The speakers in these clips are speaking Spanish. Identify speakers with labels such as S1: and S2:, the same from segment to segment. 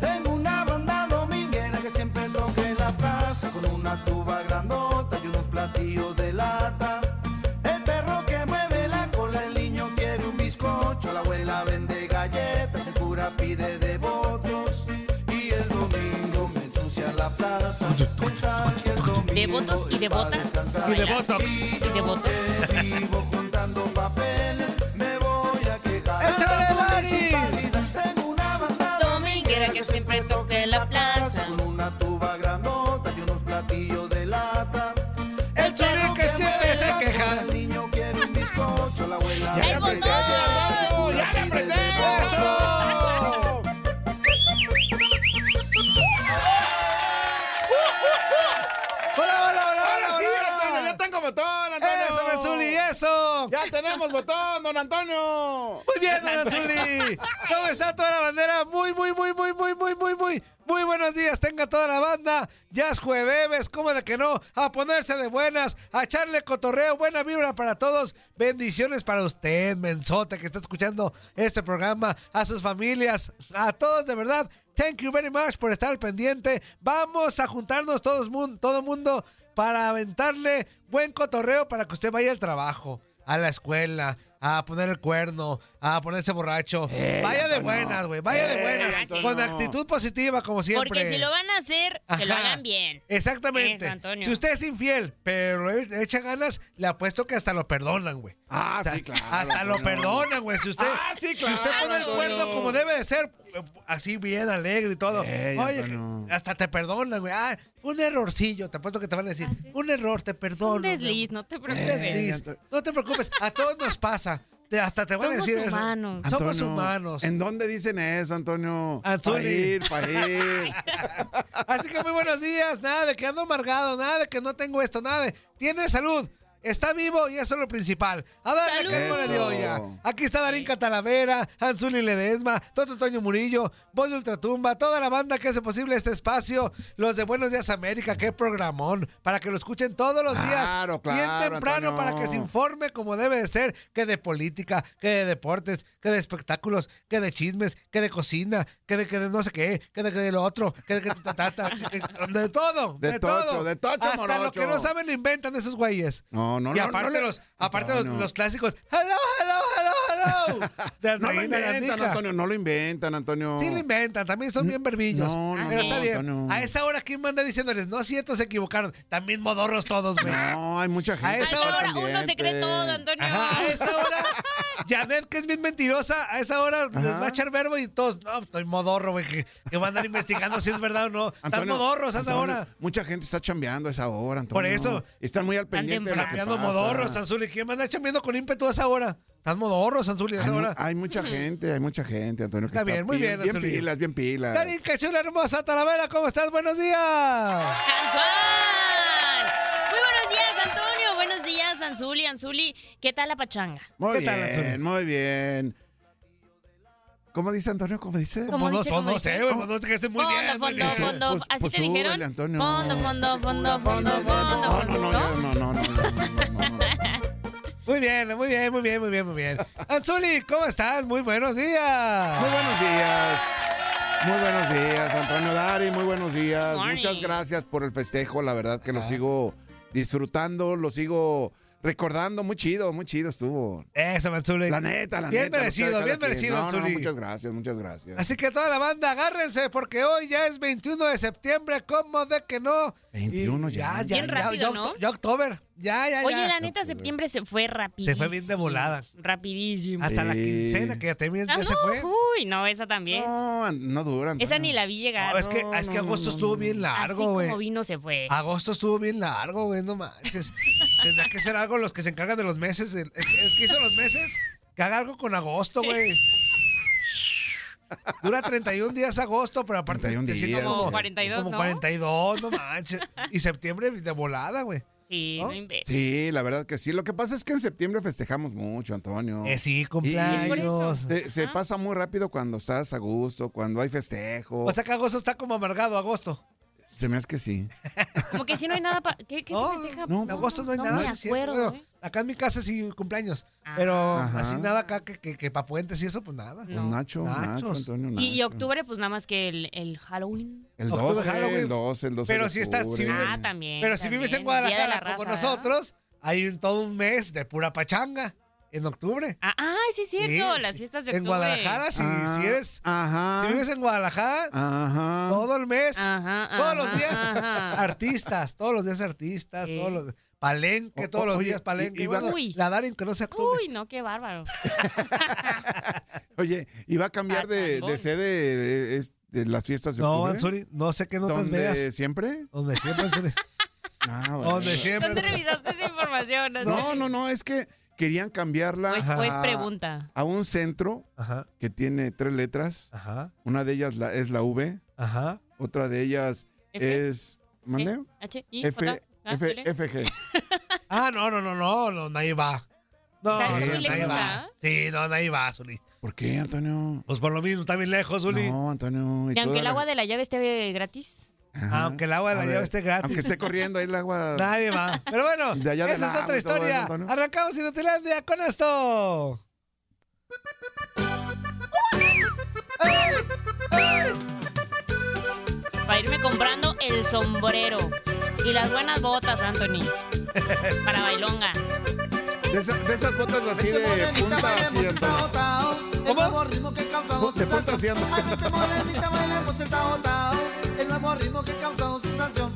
S1: Tengo una banda dominguera que siempre toque la plaza con una tuba grandota y unos platillos de lata. El perro que mueve la cola, el niño quiere un bizcocho, la abuela vende galletas, el cura pide de votos. Y el domingo me ensucia la plaza. pensar que el domingo
S2: De votos y de botas.
S1: descansar.
S3: Y de Botox.
S2: Y de votos.
S1: Vivo juntando papeles, me voy a quejar.
S3: ¡Échale, Lali!
S1: Tengo una banda
S2: Dominguera que siempre toque en la plaza.
S1: con una tuba grandota y unos platillos de lata.
S3: El chorizo que siempre se queja.
S1: El niño quiere un bizcocho, la abuela.
S2: ¡Ay,
S1: le
S2: botón!
S1: pega el brazo,
S3: ¡Ya le aprendí eso! ¡Hola, hola, hola!
S4: Ahora sí,
S3: hola,
S4: Antonio,
S3: hola.
S4: ya tengo botón, Antonio.
S3: ¡Eso, Don Zuli, eso!
S4: Ya tenemos botón, don Antonio.
S3: Muy bien, Don Zuli. ¿Cómo está toda la bandera? Muy, muy, muy, muy, muy, muy, muy, muy. Muy buenos días, tenga toda la banda. Ya es jueves, ¿cómo de que no? A ponerse de buenas, a echarle cotorreo, buena vibra para todos. Bendiciones para usted, mensote, que está escuchando este programa, a sus familias, a todos de verdad. Thank you very much por estar al pendiente. Vamos a juntarnos todos mun- todo mundo para aventarle buen cotorreo para que usted vaya al trabajo, a la escuela, a poner el cuerno, a ponerse borracho.
S4: Eh,
S3: vaya de buenas, güey, vaya de buenas.
S2: Antonio.
S3: Con actitud positiva, como siempre.
S2: Porque si lo van a hacer, que lo
S3: Ajá.
S2: hagan bien.
S3: Exactamente.
S2: Eso, Antonio.
S3: si usted es infiel, pero él echa ganas, le apuesto que hasta lo perdonan, güey.
S4: Ah,
S3: O sea,
S4: sí, claro.
S3: Hasta lo perdonan, güey. Si usted,
S4: Ah, sí,
S3: si usted pone el
S2: claro.
S3: cuerno como debe de ser, eh, así bien alegre y todo.
S4: Ey,
S3: Oye,
S4: Antonio.
S3: que hasta te perdonan, güey. Ah, un errorcillo, te apuesto que te van a decir. Un error, te perdono.
S2: Ah, Un desliz, no te preocupes.
S3: Eh, No te preocupes, a todos nos pasa. Te- hasta te van a
S2: Somos
S3: decir eso.
S2: humanos.
S3: Somos
S4: Antonio,
S3: humanos.
S4: ¿En dónde dicen eso, Antonio?
S3: Anzuli.
S4: Para ir, para ir.
S3: Así que muy buenos días, nada de que ando amargado, nada de que no tengo esto, nada de... Tiene salud, está vivo y eso es lo principal. A darle
S2: ¡Salud!
S3: que no le dio ya.
S4: Eso.
S3: Aquí está Darín Catalavera, Anzuli Ledesma, Toto Toño Murillo, Voz de Ultratumba, toda la banda que hace posible este espacio, los de Buenos Días América, qué programón, para que lo escuchen todos los días.
S4: Claro, claro,
S3: Bien temprano
S4: Antonio.
S3: para que se informe como debe de ser, que de política, que de deportes, que de espectáculos, que de chismes, que de cocina, que de que de no sé qué, que de que de lo otro, que de que ta, ta, ta, que- de todo,
S4: De
S3: de,
S4: tocho,
S3: todo.
S4: de tocho,
S3: Hasta lo
S4: morocho.
S3: que no saben lo inventan esos güeyes.
S4: No, no,
S3: Y
S4: no,
S3: aparte
S4: no le-
S3: los aparte los,
S4: Antonio.
S3: los clásicos, hello, hello, hello, hello. De
S4: No lo
S3: Reina
S4: inventan,
S3: Gandica.
S4: Antonio, no lo inventan, Antonio.
S3: Sí lo inventan, también son bien berbillos.
S4: no,
S2: no,
S3: pero está
S2: no,
S3: bien.
S4: no.
S3: A esa hora, ¿quién manda diciéndoles? No es cierto, se equivocaron. También modorros todos, güey.
S4: No, hay mucha gente.
S3: A
S2: A
S3: esa
S2: esa
S3: hora
S2: hora uno se cree todo, Antonio.
S3: Ajá, a esa hora, Janet, que es bien mentirosa, a esa hora les va a echar verbo y todos, no, estoy modorro, güey, que, que van a andar investigando si es verdad o no. Están modorros a esa
S4: Antonio,
S3: hora.
S4: Mucha gente está chambeando a esa hora, Antonio.
S3: Por eso.
S4: Están muy al pendiente de lo que
S3: Cambiando
S4: pasa.
S3: modorros, Sanzuli. ¿Quién va a andar chambeando con ímpetu a esa hora? Están modorros, Sanzuli, a
S4: Hay,
S3: esa
S4: mu-
S3: hora.
S4: hay mucha gente, hay mucha gente, Antonio. que
S3: Está bien, muy bien,
S4: Bien
S3: Antonio.
S4: pilas, bien pilas.
S3: Karin Cachula hermosa, Talavera, ¿cómo estás? Buenos días.
S2: ¡Antoine! Muy buenos días, Antonio. Buenos días, Anzuli. Anzuli, ¿qué tal la pachanga?
S4: Muy
S3: ¿Qué tal,
S4: bien,
S3: Antonio?
S4: muy bien. ¿Cómo dice Antonio? ¿Cómo dice?
S2: ¿Cómo
S3: Pues no,
S2: dice,
S3: pues
S2: cómo
S3: no sé,
S2: dice?
S3: güey, pues no sé que estés muy
S2: fondo,
S3: bien. muy
S2: fondo,
S3: bien.
S2: fondo.
S4: Pues-
S2: ¿Así
S4: pues
S2: te dijeron?
S4: súbele, Antonio.
S2: Fondo, fondo, fondo, fondo,
S4: No,
S2: fondo,
S4: no, no,
S2: fondo.
S4: yo- no, no, no, no, no, no, no.
S3: Muy bien, muy bien, muy bien, muy bien, muy bien. Anzuli, ¿cómo estás? Muy buenos días.
S4: Muy buenos días. Muy buenos días, Antonio Dari, muy buenos días.
S2: Morning.
S4: Muchas gracias por el festejo, la verdad que lo
S3: Ah.
S4: sigo disfrutando, lo sigo recordando, muy chido, muy chido estuvo.
S3: Eso, Mansuli.
S4: La neta, la
S3: bien
S4: neta. no sé de
S3: Merecido,
S4: cada
S3: bien
S4: quien.
S3: merecido,
S4: No, no,
S3: Anzuli.
S4: muchas gracias, muchas gracias.
S3: Así que toda la banda, agárrense, porque hoy ya es 21 de septiembre, ¿cómo de que no?
S4: 21
S3: Y
S4: ya.
S3: Ya,
S2: Bien
S3: ya,
S2: rápido,
S3: ya,
S2: ¿no?
S3: octo- ya october. Ya, ya, ya.
S2: Oye, la neta, septiembre se fue rapidísimo.
S3: Se fue bien de volada.
S2: Rapidísimo.
S3: Hasta la
S4: Sí.
S3: quincena que ya termina,
S2: Ah,
S3: ya se
S2: no,
S3: fue.
S2: Uy, no, esa también.
S4: No, no duran.
S2: esa ni la vi llegar.
S3: No, es que,
S4: No,
S3: es que
S4: no,
S3: agosto
S4: no,
S3: estuvo
S4: no.
S3: bien
S2: Así
S3: largo, güey.
S2: como vino, se fue.
S3: Agosto estuvo bien largo, güey, no manches. Tendrá que ser algo los que se encargan de los meses. El, el- el que hizo los meses, que haga algo con agosto, güey. Dura 31 días agosto, pero aparte
S4: 31
S3: te siento
S4: días,
S2: Como
S4: güey.
S2: 42,
S3: como
S2: ¿no?
S3: 42, no manches. Y septiembre de volada, güey.
S2: Sí,
S3: ¿no?
S2: no inventes.
S4: Sí, la verdad que sí. Lo que pasa es que en septiembre festejamos mucho, Antonio.
S3: Eh, sí,
S2: Es por
S3: cumpleaños.
S2: eso.
S4: Se, se
S2: Ajá.
S4: pasa muy rápido cuando estás a gusto, cuando hay festejo.
S3: O sea que agosto está como amargado, agosto.
S4: se me hace que sí.
S2: Como que si no hay nada para... ¿Qué, qué
S3: No,
S2: se festeja?
S4: no,
S3: En agosto no hay nada.
S2: me
S3: sí, cierto.
S2: acuerdo,
S3: Bueno,
S2: ¿eh?
S3: acá en mi casa sí cumpleaños.
S2: Ah.
S3: Pero
S4: Ajá.
S3: así nada acá que, que, que para puentes y eso, pues nada.
S2: No.
S4: Pues Nacho, Nacho,
S3: Nachos.
S4: Antonio, Nacho.
S2: Y, y octubre, pues nada más que el, el Halloween.
S4: El
S3: Octubre,
S4: 12,
S3: Halloween.
S4: el 12, el 12
S3: Pero
S4: de
S3: si estás-
S4: octubre.
S3: si vives-
S2: Ah, también.
S3: Pero si vives en
S2: también, el Día de
S3: Guadalajara
S2: la Raza,
S3: como
S2: ¿verdad?
S3: nosotros, hay un, todo un mes de pura pachanga en octubre.
S2: Ah, ay, sí es cierto,
S3: Sí,
S2: las
S3: sí.
S2: fiestas de octubre.
S3: En Guadalajara, si,
S4: Ah,
S3: si eres. Si
S4: Ajá.
S3: vives en Guadalajara,
S4: Ajá.
S3: todo el mes,
S2: Ajá,
S3: todos
S2: ajá,
S3: los días,
S2: ajá.
S3: artistas, todos los días artistas,
S2: Sí.
S3: todos los palenque,
S4: O-
S3: todos los
S4: oye,
S3: días
S4: y-
S3: palenque.
S4: y va-
S3: Bueno,
S2: Uy.
S3: la Darín que no se octubre.
S2: Uy, no, qué bárbaro.
S4: Oye, ¿y va a cambiar de,
S2: Pachangón.
S4: de sede eh, es- de las fiestas de
S3: no,
S4: octubre?
S3: Mansuri, no sé qué notas
S4: ¿Donde
S3: veas.
S4: siempre?
S3: Donde siempre, Mansuri.
S4: Ah, bueno.
S3: Donde
S2: ¿Dónde
S3: siempre.
S2: revisaste esa información? Eh,
S4: No, no, no, es que querían cambiarla
S2: Pues,
S4: a,
S2: pues pregunta.
S4: a un centro
S3: Ajá,
S4: que tiene tres letras.
S3: ajá,
S4: Una de ellas la- es la V,
S3: ajá.
S4: otra de ellas
S2: F,
S4: es... ¿Mande?
S2: H, I,
S4: F,
S2: J, K,
S4: F,
S2: L.
S4: FG.
S3: Ah, no, no, no, no, no nadie va. No,
S2: ¿Sabes
S4: que
S3: no,
S4: Zuli le
S3: nadie
S4: gusta?
S3: va. Sí, no, nadie va, Zuli.
S4: ¿Por qué, Antonio?
S3: Pues por lo mismo, está bien lejos, Zuli.
S4: No, Antonio.
S2: Y aunque el agua de la llave esté gratis.
S3: Aunque el agua de la llave esté gratis.
S4: Aunque esté corriendo ahí el agua.
S3: Nadie va. Pero bueno,
S4: De allá de
S3: esa
S4: la
S3: es otra
S4: agua y todo
S3: historia.
S4: eso, ¿no?
S3: Arrancamos Inutilandia con esto.
S2: Para irme comprando el sombrero. Y las buenas botas, Anthony. Para bailonga.
S4: De, esa- de esas botas así
S1: Este
S4: de
S1: morenita
S4: punta
S1: baila
S4: así,
S1: por
S4: Antonio.
S1: sentao, tao. El
S3: ¿Cómo?
S1: nuevo ritmo que causa
S4: Pu- de punta
S1: sensación.
S4: hacia abajo.
S1: Ay, este morenita baila por sentao, tao. El nuevo ritmo que causa sensación.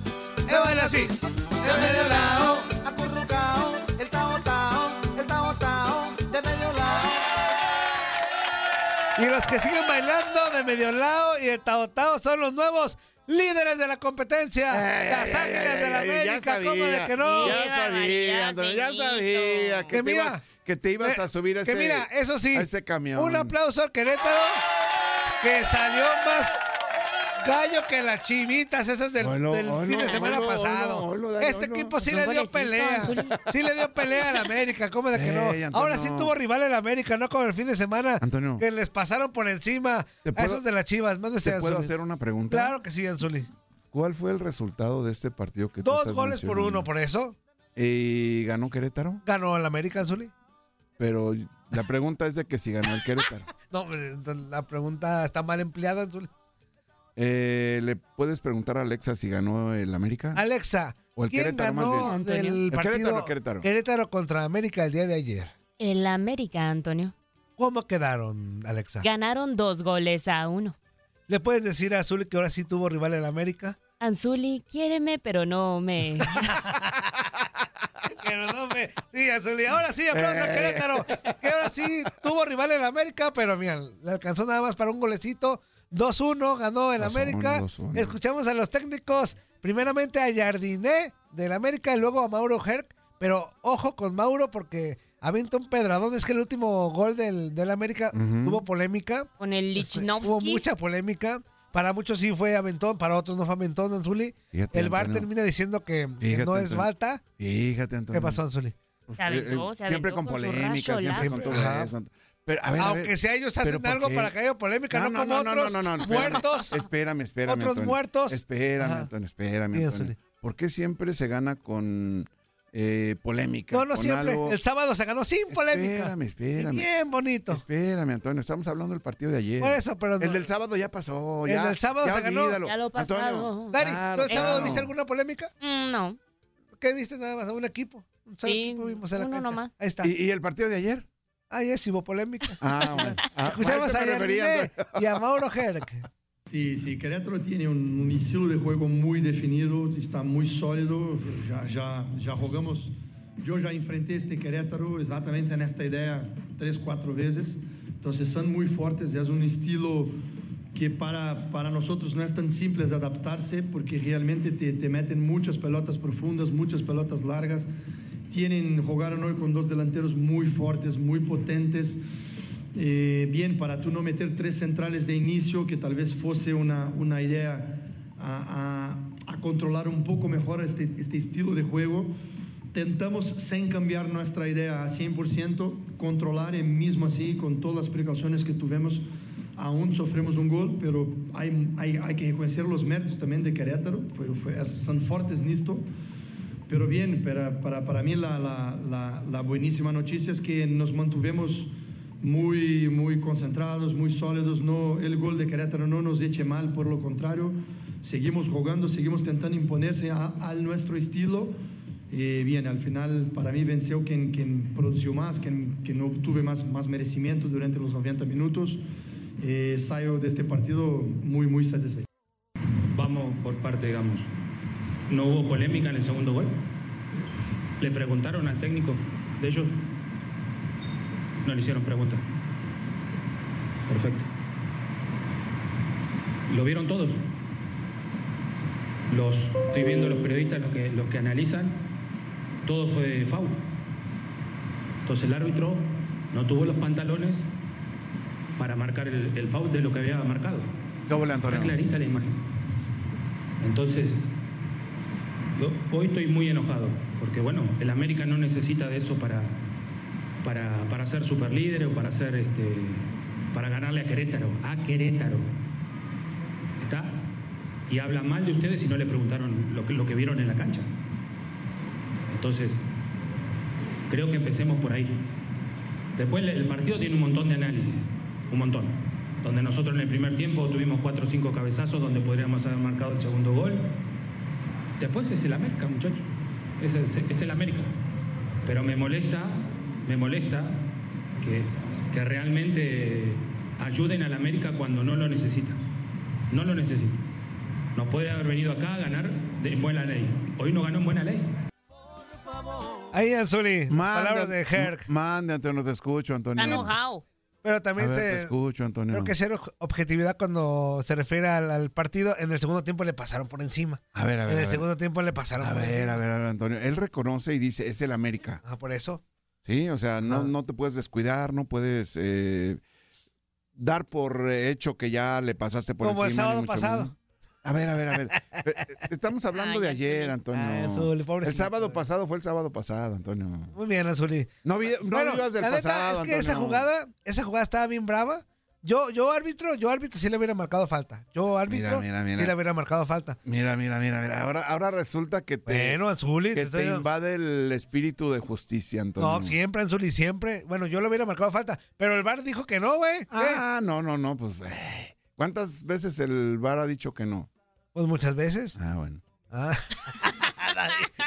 S3: Se baila así.
S1: De medio lado, acurrucao. El tao, tao. El tao, tao. De medio lado.
S3: Y los que siguen bailando de medio lado y de tao tao son los nuevos líderes de la competencia.
S4: Ay,
S3: las
S4: ay, ay,
S3: águilas de la
S4: ay, ay,
S3: América, ¿cómo de que no?
S2: Sí,
S4: Ya sabía,
S2: barbaridad,
S4: Antonio, ya
S2: finito.
S4: sabía que,
S3: Que
S4: te
S3: mira,
S4: ibas, que te ibas
S3: Eh,
S4: a subir a ese,
S3: Que mira, eso sí.
S4: a ese camión.
S3: Un aplauso al Querétaro que salió más gallo que las chivitas esas del,
S4: Olo,
S3: del
S4: olo,
S3: fin de semana
S4: olo,
S3: pasado.
S4: olo, olo, dale,
S3: este
S4: olo.
S3: equipo sí
S2: Son
S3: le dio
S2: golecitos,
S3: pelea.
S2: Zuli.
S3: Sí le dio pelea al América, ¿cómo de que
S4: Ey,
S3: no? Ahora sí
S4: Antonio.
S3: tuvo rival el América, no como el fin de semana.
S4: Antonio.
S3: Que les pasaron por encima
S4: ¿Te
S3: a
S4: puedo-
S3: esos de las chivas. Mándese
S4: ¿Te
S3: a
S4: puedo
S3: Zuli.
S4: hacer una pregunta?
S3: Claro que sí, Anzuli.
S4: ¿Cuál fue el resultado de este partido que tú
S3: Dos
S4: estás
S3: goles por
S4: mencionando?
S3: uno, por eso
S4: ¿Y ganó Querétaro?
S3: ganó el América, Anzuli.
S4: Pero la pregunta es de que si ganó el Querétaro.
S3: No, hombre, entonces la pregunta está mal empleada, Anzuli.
S4: Eh, ¿Le puedes preguntar a Alexa si ganó el América?
S3: Alexa,
S4: O el
S3: ¿quién
S4: Querétaro, más
S3: ganó
S4: bien.
S3: del
S2: Antonio.
S4: El
S3: partido
S4: Querétaro, Querétaro.
S3: contra América el día de ayer?
S2: El América, Antonio.
S3: ¿Cómo quedaron, Alexa?
S2: Ganaron dos goles a uno.
S3: ¿Le puedes decir a Azul que ahora sí tuvo rival en América?
S2: Anzuli, quiéreme, pero no me.
S3: Pero no me... Sí, Azul, y ahora sí, aplauso
S4: Eh.
S3: al Querétaro, que ahora sí tuvo rival en América, pero mira, le alcanzó nada más para un golecito. 2-1 ganó el
S4: 2-1,
S3: América.
S4: 2-1.
S3: Escuchamos a los técnicos, primeramente a Jardiné del América y luego a Mauro Herc, pero ojo con Mauro porque avienta un pedradón. Es que el último gol del, del América
S4: Ujú.
S3: tuvo polémica.
S2: Con el Lichnowsky.
S3: Hubo mucha polémica. Para muchos sí fue aventón, para otros no fue aventón, Anzuli.
S4: Fíjate,
S3: El VAR
S4: Antonio.
S3: termina diciendo que, que
S4: Fíjate,
S3: no es
S4: Antonio.
S3: falta.
S4: Fíjate, Antonio.
S3: ¿Qué pasó, Anzuli?
S2: Se aventó, se
S4: eh, siempre
S2: aventó
S4: con
S2: con su
S4: polémica,
S2: rayo
S4: siempre con
S2: láser.
S4: todo
S3: Ajá.
S4: eso. Pero, a ver, a
S3: Aunque
S4: ver,
S3: sea ellos
S4: ¿pero
S3: hacen
S4: por
S3: algo
S4: qué?
S3: para que haya polémica, no, como otros
S4: espérame.
S3: muertos.
S4: Espérame, espérame.
S3: Otros
S4: Antonio.
S3: muertos.
S4: Espérame,
S3: Ajá.
S4: Antonio, espérame.
S3: Sí,
S4: Antonio.
S3: Anzuli.
S4: ¿Por qué siempre se gana con eh, polémica.
S3: No, no
S4: con
S3: siempre.
S4: algo-
S3: El sábado se ganó sin polémica.
S4: Espérame, espérame.
S3: Bien bonito.
S4: Espérame, Antonio, estamos hablando del partido de ayer.
S3: Por eso, pero no-
S4: El del sábado ya pasó.
S3: El
S4: ya,
S3: del sábado
S4: ya
S3: se ganó.
S4: olvídalo.
S2: Ya lo pasado.
S4: Antonio.
S3: Dari, ¿tú
S4: Claro,
S3: el sábado
S4: claro.
S3: viste alguna polémica?
S2: Mm, no.
S3: ¿Qué viste nada más? ¿A un equipo? Un solo
S2: Sí,
S3: equipo vimos en la
S2: uno
S3: cancha.
S2: nomás.
S3: Ahí está.
S4: ¿Y, y el partido de ayer?
S3: Ah, ya sí hubo polémica.
S4: Ah, bueno. Ah, a
S3: Escuchamos
S4: eso
S3: a
S4: me refería,
S3: Yandine
S4: Antonio.
S3: y a Mauro Herc.
S5: Sí, sí, Querétaro tiene un, un estilo de juego muy definido, está muy sólido, ya, ya, ya jugamos, yo ya enfrenté este Querétaro exactamente en esta idea tres, cuatro veces, entonces son muy fuertes, es un estilo que para, para nosotros no es tan simple de adaptarse porque realmente te, te meten muchas pelotas profundas, muchas pelotas largas, tienen, jugaron hoy con dos delanteros muy fuertes, muy potentes. Eh, bien, para tú no meter tres centrales de inicio, que tal vez fuese una, una idea a, a- a controlar un poco mejor este, este estilo de juego, tentamos sin cambiar nuestra idea a 100%, controlar y mismo así, con todas las precauciones que tuvimos, aún sufrimos un gol, pero hay, hay, hay que reconocer los méritos también de Querétaro, fue- fue- son fuertes en esto. Pero bien, para, para, para mí la, la, la, la buenísima noticia es que nos mantuvimos muy, muy concentrados, muy sólidos. No, el gol de Querétaro no nos eche mal, por lo contrario, seguimos jugando, seguimos intentando imponerse a, a nuestro estilo. Eh, bien, al final para mí venció quien, quien produció más, quien, quien obtuve más, más merecimiento durante los 90 minutos. Eh, salgo de este partido muy, muy satisfecho.
S6: Vamos por parte, digamos. No hubo polémica en el segundo gol. Le preguntaron al técnico de ellos. No le hicieron preguntas. Perfecto. ¿Lo vieron todos? Los, estoy viendo los periodistas, los que, los que analizan. Todo fue foul. Entonces el árbitro no tuvo los pantalones para marcar el, el foul de lo que había marcado.
S4: ¿Qué hubo, Antonio?
S6: Está clarita la imagen. Entonces, yo hoy estoy muy enojado, porque bueno, el América no necesita de eso para, para, para ser superlíder o para ser este para ganarle a Querétaro, a Querétaro. ¿Está? Y habla mal de ustedes si no le preguntaron lo que, lo que vieron en la cancha. Entonces, creo que empecemos por ahí. Después el partido tiene un montón de análisis, un montón. Donde nosotros en el primer tiempo tuvimos cuatro o cinco cabezazos donde podríamos haber marcado el segundo gol. Después es el América, muchachos. Es, el- es el América. Pero me molesta, me molesta que, que realmente ayuden al América cuando no lo necesita. No lo necesita. Nos puede haber venido acá a ganar de- en buena ley. Hoy no ganó en buena ley.
S3: Ahí Anzuli,
S4: Mande,
S3: palabras de Herc.
S4: Mande, Antonio, te escucho, Antonio.
S2: Está enojado.
S3: Pero
S4: A ver, pues,
S3: también
S4: te
S3: se...
S4: escucho, Antonio.
S3: Creo que ser ob- objetividad cuando se refiere al, al partido, en el segundo tiempo le pasaron por encima.
S4: A ver, a ver,
S3: En
S4: a
S3: el
S4: ver.
S3: segundo tiempo le pasaron
S4: A
S3: por
S4: ver,
S3: encima.
S4: a ver, a ver, Antonio. Él reconoce y dice, es el América.
S3: Ah, por eso.
S4: Sí, o sea, no,
S3: Ajá.
S4: no te puedes descuidar, no puedes eh, dar por hecho que ya le pasaste por
S3: Como el
S4: encima, ni
S3: sábado
S4: mucho
S3: pasado.
S4: menos. A ver, a ver, a ver. Eh, eh, Estamos hablando
S2: Ay,
S4: de
S2: Antonio.
S4: ayer, Antonio.
S3: Ay, Azul, Ah, pobrecito.
S4: el sábado pasado fue el sábado pasado, Antonio.
S3: Muy bien, Azuli.
S4: No, vi- no vivas del
S3: la neta
S4: pasado,
S3: es que esa
S4: Antonio.
S3: jugada, esa jugada estaba bien brava. Yo, yo árbitro, yo árbitro sí le hubiera marcado falta. Yo árbitro
S4: mira, mira.
S3: sí le hubiera marcado falta.
S4: Mira, mira, mira, mira. Ahora, ahora resulta que te,
S3: Bueno, Anzuli, te
S4: que
S3: estoy
S4: te
S3: dando-
S4: invade el espíritu de justicia, Antonio.
S3: no, siempre Anzuli, siempre. Bueno, yo le hubiera marcado falta, pero el VAR dijo que no, güey. ¿Qué?
S4: Ah, no, no, no, pues. eh, ¿Cuántas veces el VAR ha dicho que no?
S3: Pues muchas veces.
S4: Ah, bueno.
S3: Ah.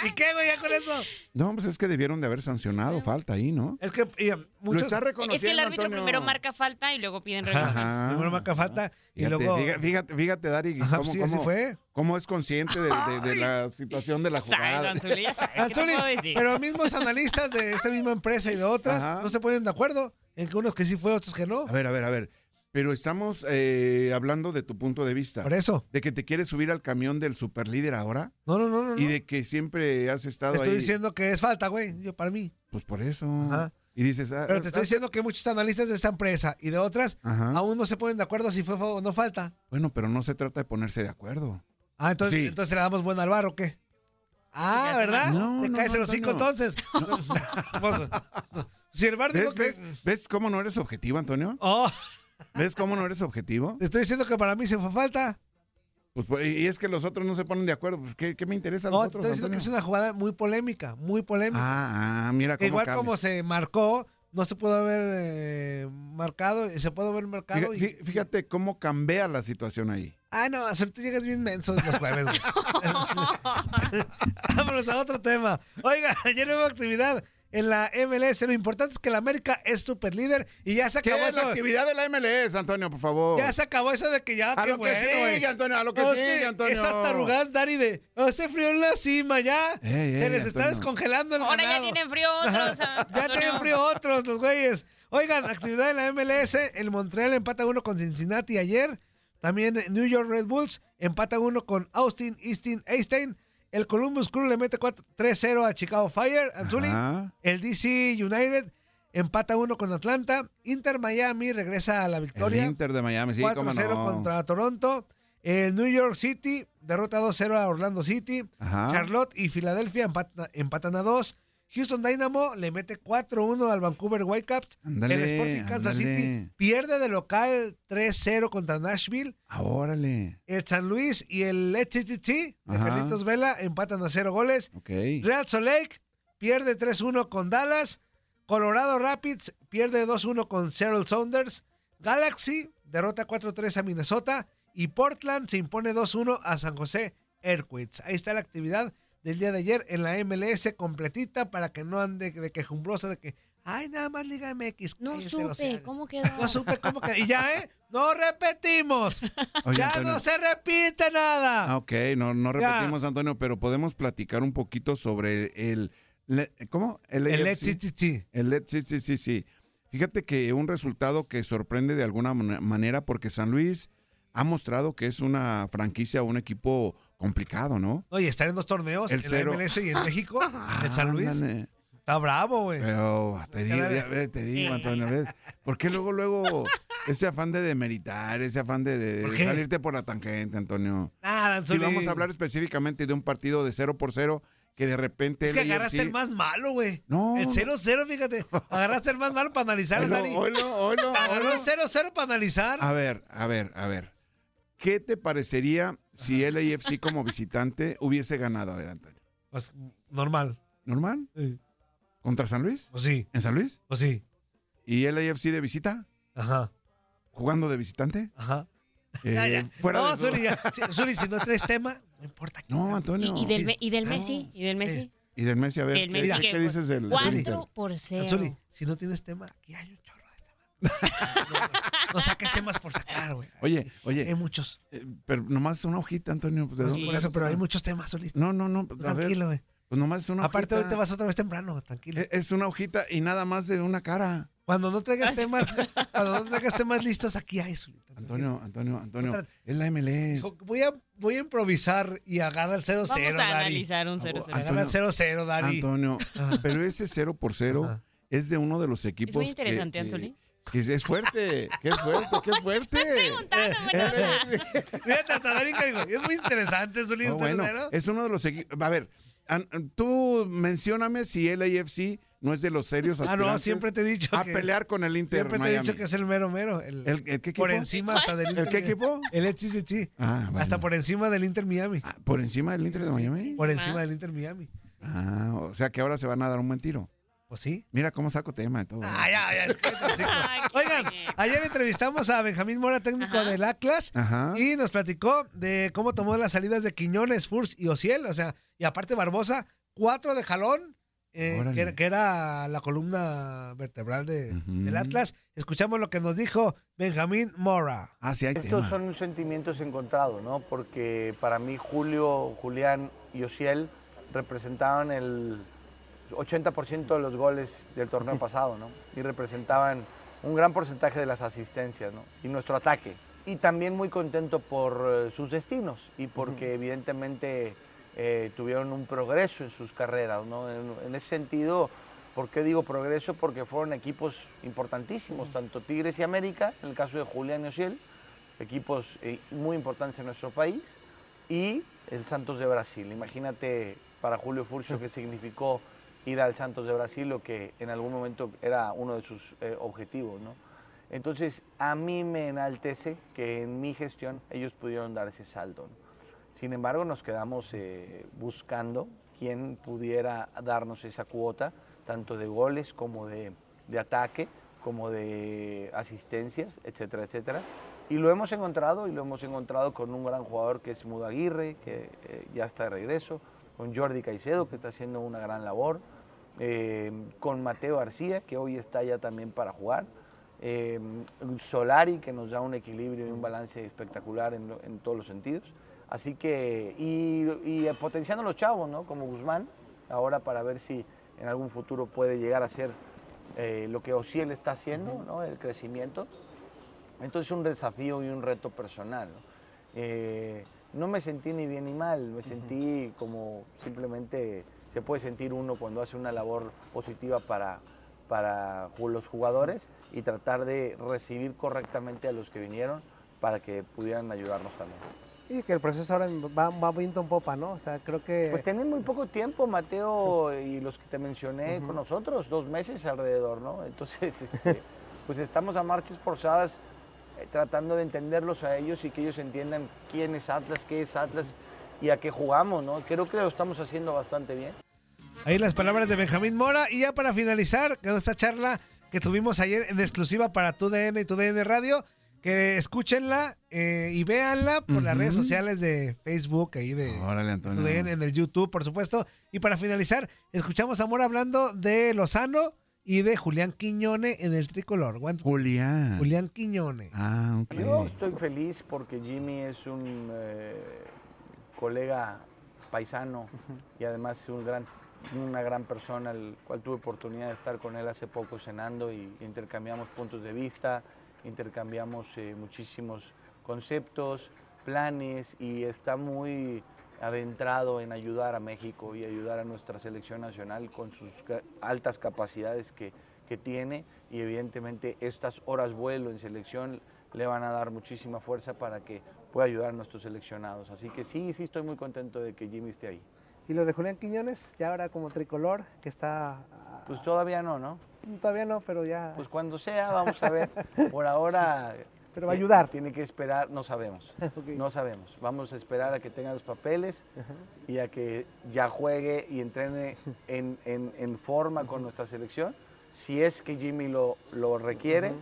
S3: ¿Y qué, güey, ya con eso?
S4: No, pues es que debieron de haber sancionado falta ahí, ¿no?
S3: Es que y, um, muchos
S4: Lo está reconociendo.
S2: Es que el árbitro
S4: Antonio.
S2: primero marca falta y luego piden revisión.
S4: Ajá.
S3: primero marca falta y
S4: Fíjate,
S3: luego
S4: fíjate, fíjate, fíjate, Dari,
S3: Ajá,
S4: cómo,
S3: sí, así
S4: cómo,
S3: fue.
S4: cómo es consciente de, de- de la situación de la
S2: Sabes,
S4: jugada.
S2: Anzuli, ya sabes. ¿Qué te
S3: Anzuli,
S2: puedo decir?
S3: pero mismos analistas de esta misma empresa y de otras
S4: Ajá.
S3: no se ponen de acuerdo en que unos que sí fue, otros que no.
S4: A ver, a ver, a ver. Pero estamos eh, hablando de tu punto de vista.
S3: Por eso.
S4: De que te quieres subir al camión del superlíder ahora
S3: No, no, no, no.
S4: y
S3: no.
S4: de que siempre has estado
S3: estoy
S4: ahí.
S3: diciendo que es falta, güey, yo para mí.
S4: Pues por eso.
S3: Ajá.
S4: Y dices, ah,
S3: Pero te estoy
S4: ah,
S3: diciendo que muchos analistas de esta empresa y de otras
S4: Ajá.
S3: aún no se ponen de acuerdo si fue o no falta.
S4: bueno, pero no se trata de ponerse de acuerdo.
S3: Ah, entonces,
S4: Sí.
S3: entonces le damos buena al bar o qué. Ah, ¿verdad?
S4: No,
S3: Te
S4: no,
S3: caes
S4: no,
S3: en los cinco
S4: Antonio.
S3: entonces. Pues, si el bar dijo
S4: ¿Ves,
S3: que.
S4: ves, ves cómo no eres objetivo, Antonio?
S3: Oh,
S4: ¿Ves cómo no eres objetivo?
S3: te estoy diciendo que para mí se fue falta.
S4: Pues, pues, y es que los otros no se ponen de acuerdo. Pues, ¿qué, qué me interesa a los
S3: No, te
S4: otros,
S3: estoy diciendo que
S4: Antonio?
S3: es una jugada muy polémica, muy polémica.
S4: Ah, ah, mira cómo
S3: Igual
S4: cambia.
S3: como se marcó, no se pudo haber eh, marcado, se pudo haber marcado
S4: Fija-
S3: y-
S4: fí- Fíjate cómo cambia la situación ahí.
S3: Ah, no, ahorita llegas bien menso los jueves. güey. Vámonos a otro tema. Oiga, ayer hubo actividad en la MLS. Lo importante es que la América es super líder y ya se
S4: ¿Qué
S3: acabó
S4: es la
S3: eso.
S4: actividad de la MLS, Antonio, por favor?
S3: Ya se acabó eso de que ya.
S4: A
S3: qué
S4: lo que
S3: bueno,
S4: sigue,
S3: güey.
S4: Antonio, a lo que
S3: No,
S4: sigue,
S3: sí,
S4: Antonio.
S3: Esas tarugadas, Dari, de "Oh, hace frío en la cima ya.
S4: Ey,
S3: se
S4: ey,
S3: les está
S4: Antonio.
S3: descongelando el
S2: Ahora ya
S3: ganado.
S2: tienen frío otros. ah,
S3: Ya
S2: Antonio.
S3: tienen frío otros, los güeyes. Ujú. Oigan, actividad de la MLS, el Montreal empata uno con Cincinnati ayer. También eh, New York Red Bulls empata uno con Austin, Eastin, Einstein. El Columbus Crew le mete 4 3-0 a Chicago Fire, Anzuli.
S4: Ajá.
S3: El DC United empata uno con Atlanta. Inter Miami regresa a la
S4: El
S3: victoria.
S4: Inter de Miami, sí, cómo
S3: 4-0
S4: no.
S3: contra Toronto. El New York City derrota 2-0 a Orlando City.
S4: Ajá.
S3: Charlotte y Filadelfia empatan, empatan a 2. Houston Dynamo le mete 4-1 al Vancouver Whitecaps.
S4: Ándale,
S3: el Sporting Kansas
S4: ándale.
S3: City pierde de local 3-0 contra Nashville.
S4: Ah, Órale.
S3: El San Luis y el HTT de
S4: Ajá.
S3: Carlitos Vela empatan a 0 goles.
S4: Ok.
S3: Real Salt Lake pierde 3-1 con Dallas. Colorado Rapids pierde 2-1 con Seattle Sounders. Galaxy derrota 4-3 a Minnesota. Y Portland se impone 2-1 a San José Airquates. Ahí está la actividad del día de ayer en la MLS completita para que no ande de quejumbroso de que, ay, nada más Liga MX.
S2: No
S3: cállense los
S2: supe,
S3: hocico".
S2: ¿cómo quedó?
S3: No supe cómo que... Y ya, ¿eh? No repetimos.
S4: Oye,
S3: ya
S4: Antonio.
S3: no se repite nada.
S4: Ah, ok, no, no
S3: Ya.
S4: repetimos, Antonio, pero podemos platicar un poquito sobre el. el- ¿Cómo?
S3: El
S4: AFC.
S3: HTT.
S4: El Led- sí, sí, sí, sí. Fíjate que un resultado que sorprende de alguna man- manera porque San Luis ha mostrado que es una franquicia, un equipo complicado, ¿no?
S3: Oye, estar en dos torneos,
S4: El
S3: en
S4: cero.
S3: la MLS y en México, en San Luis.
S4: Ándale.
S3: Está bravo, güey.
S4: Pero te digo,
S3: Cada vez-
S4: ya ves, te digo, Antonio, ¿ves? ¿Por qué luego, luego ese afán de demeritar, ese afán de, de-
S3: ¿Por
S4: de
S3: qué?
S4: salirte por la tangente, Antonio?
S3: Nada,
S4: Si
S3: Anzuli.
S4: vamos a hablar específicamente de un partido de 0 por 0 que de repente...
S3: Es que
S4: el AFC
S3: agarraste el más malo, güey.
S4: No.
S3: El 0-0, fíjate. Agarraste el más malo para analizar,
S4: Oilo,
S3: Dani.
S4: oilo, oilo,
S3: Agarró el
S4: oilo.
S3: 0-0 para analizar.
S4: A ver, a ver, a ver. ¿Qué te parecería si el AFC como visitante hubiese ganado? A ver, Antonio.
S3: Pues normal.
S4: ¿Normal?
S3: Sí.
S4: ¿Contra San Luis?
S3: Pues sí,
S4: ¿En San Luis?
S3: pues sí.
S4: ¿Y el AFC de visita?
S3: Ajá,
S4: ¿Jugando de visitante?
S3: ajá.
S4: Eh,
S3: Ya, ya.
S4: Fuera
S3: no,
S4: de su-
S3: Zuli, ya. Sí, Zuli, si no traes tema, no importa.
S4: No, Antonio.
S2: ¿Y, y del, Me- y del
S4: Claro.
S2: Messi, y del Messi.
S4: Y del Messi, a ver.
S2: Del
S4: ¿qué-
S2: Messi
S4: ¿qué,
S2: que-
S4: dices del
S2: 4 por
S3: eh, Zuli,
S2: 0.
S3: si no tienes tema, aquí hay un chorro de temas. No, no, no saques temas por sacar, güey.
S4: Oye, oye,
S3: Hay muchos.
S4: eh, pero nomás una hojita, Antonio. Pues, ¿de
S3: Pues
S4: dónde
S3: por
S4: sacas
S3: eso, pero hay
S4: tanto?
S3: muchos temas, Zuli.
S4: No, no, no. pues, a ver,
S3: Tranquilo, güey.
S4: pues nomás una
S3: Aparte,
S4: hojita.
S3: ahorita vas otra vez temprano, güey, tranquilo.
S4: Eh, Es una hojita y nada más de una cara.
S3: Cuando no traigas temas, cuando no traigas temas listos, aquí hay Zuli.
S4: Antonio, Antonio, Antonio.
S3: Otra-
S4: Es la MLS.
S3: Dijo, Voy a, voy a improvisar y agarra el 0-0,
S2: Vamos a
S3: Dari.
S2: analizar un 0-0.
S4: Ah,
S3: Agarra el
S4: Antonio.
S3: 0-0, Dari.
S4: Antonio, pero ese 0 por 0
S3: Ajá.
S4: es de uno de los equipos. que-
S2: interesante,
S4: que-
S2: Anzuli.
S4: que es- es fuerte, que es fuerte, que es fuerte.
S2: Preguntando, bueno, nada.
S3: Fíjate, hasta Dari que digo, es muy interesante, Zuli, este
S4: No,
S3: un
S4: bueno,
S3: 0-0.
S4: es uno de los equipos. A ver, an- an- tú mencióname si el AFC no es de los serios
S3: Ah,
S4: aspirantes
S3: no, siempre te he dicho
S4: a
S3: que-
S4: pelear con el Inter
S3: Siempre te he
S4: Miami.
S3: dicho que es el mero mero. El,
S4: ¿El- el qué equipo?
S3: Por encima hasta del Inter.
S4: ¿El qué
S3: Miami.
S4: equipo?
S3: El HTT.
S4: Ah, bueno.
S3: Hasta por encima del Inter Miami.
S4: Ah, ¿Por encima del Inter de Miami?
S3: Por
S2: Ah.
S3: encima del Inter Miami.
S4: Ah, o sea que ahora se van a dar un buen tiro.
S3: ¿O Pues sí?
S4: Mira cómo saco tema de todo. ¿eh?
S3: Ah, ya, ya, es que te hocico.
S2: Ay, qué
S3: Oigan,
S2: bien.
S3: ayer entrevistamos a Benjamín Mora, técnico
S2: Ajá.
S3: del Atlas,
S4: Ajá.
S3: y nos platicó de cómo tomó las salidas de Quiñones, Furs y Ociel, o sea, y aparte Barbosa, cuatro de jalón, eh,
S4: Órale.
S3: que, era- que era la columna vertebral de-
S4: Ujú.
S3: del Atlas. Escuchamos lo que nos dijo Benjamín Mora.
S4: Ah, sí hay
S7: Estos
S4: tema.
S7: son sentimientos encontrados, ¿no? Porque para mí Julio, Julián y Ociel representaban el 80% de los goles del torneo pasado, ¿no? Y representaban un gran porcentaje de las asistencias, ¿no? Y nuestro ataque. Y también muy contento por eh, sus destinos y porque evidentemente eh, tuvieron un progreso en sus carreras, ¿no? En, en ese sentido, ¿por qué digo progreso? Porque fueron equipos importantísimos, tanto Tigres y América, en el caso de Julián y Ociel, equipos eh, muy importantes en nuestro país, y el Santos de Brasil. Imagínate para Julio Furcio qué significó ir al Santos de Brasil, lo que en algún momento era uno de sus eh, objetivos. ¿no? Entonces, a mí me enaltece que en mi gestión ellos pudieron dar ese salto. ¿no? Sin embargo, nos quedamos eh, buscando quién pudiera darnos esa cuota, tanto de goles como de, de ataque, como de asistencias, etcétera, etcétera. Y lo hemos encontrado, y lo hemos encontrado con un gran jugador que es Mudo Aguirre, que eh, ya está de regreso, con Jordi Caicedo, que está haciendo una gran labor, eh, con Mateo García, que hoy está ya también para jugar, eh, Solari, que nos da un equilibrio y un balance espectacular en, lo- en todos los sentidos. Así que, y, y potenciando a los chavos, ¿no? Como Guzmán, ahora para ver si en algún futuro puede llegar a ser eh, lo que Ociel está haciendo, ¿no? El crecimiento. Entonces un desafío y un reto personal. ¿no? Eh, no me sentí ni bien ni mal, me sentí como simplemente se puede sentir uno cuando hace una labor positiva para, para ju- los jugadores y tratar de recibir correctamente a los que vinieron para que pudieran ayudarnos también.
S8: Y que el proceso ahora va, va viento en popa, ¿no? O sea, creo que...
S7: Pues tenés muy poco tiempo, Mateo, y los que te mencioné con nosotros, dos meses alrededor, ¿no? Entonces, este, pues estamos a marchas forzadas eh, tratando de entenderlos a ellos y que ellos entiendan quién es Atlas, qué es Atlas y a qué jugamos, ¿no? Creo que lo estamos haciendo bastante bien.
S3: Ahí las palabras de Benjamín Mora. Y ya para finalizar, quedó esta charla que tuvimos ayer en exclusiva para TUDN y TUDN Radio. Que escúchenla eh, y véanla por las redes sociales de Facebook, ahí de
S4: Órale, Antonio.
S3: TUDN, en el YouTube, por supuesto. Y para finalizar, escuchamos a Mora hablando de Lozano y de Julián Quiñone en el tricolor.
S4: Julián.
S3: Julián Quiñone.
S4: Ah, ok.
S7: Yo estoy feliz porque Jimmy es un eh, colega paisano y además un gran, una gran persona, al cual tuve oportunidad de estar con él hace poco cenando y intercambiamos puntos de vista, intercambiamos eh, muchísimos conceptos, planes y está muy adentrado en ayudar a México y ayudar a nuestra selección nacional con sus ca- altas capacidades que, que tiene y evidentemente estas horas vuelo en selección le van a dar muchísima fuerza para que pueda ayudar a nuestros seleccionados. Así que sí, sí estoy muy contento de que Jimmy esté ahí.
S8: Y lo de Julián Quiñones, ya ahora como tricolor, que está... ah,
S7: Pues todavía no, ¿no?
S8: Todavía no, pero ya...
S7: Pues cuando sea, vamos a ver. Por ahora...
S8: Pero va a
S7: eh,
S8: ayudar.
S7: Tiene que esperar, no sabemos. No sabemos. Vamos a esperar a que tenga los papeles y a que ya juegue y entrene en, en- en forma con nuestra selección, si es que Jimmy lo, lo requiere.
S8: Ujú.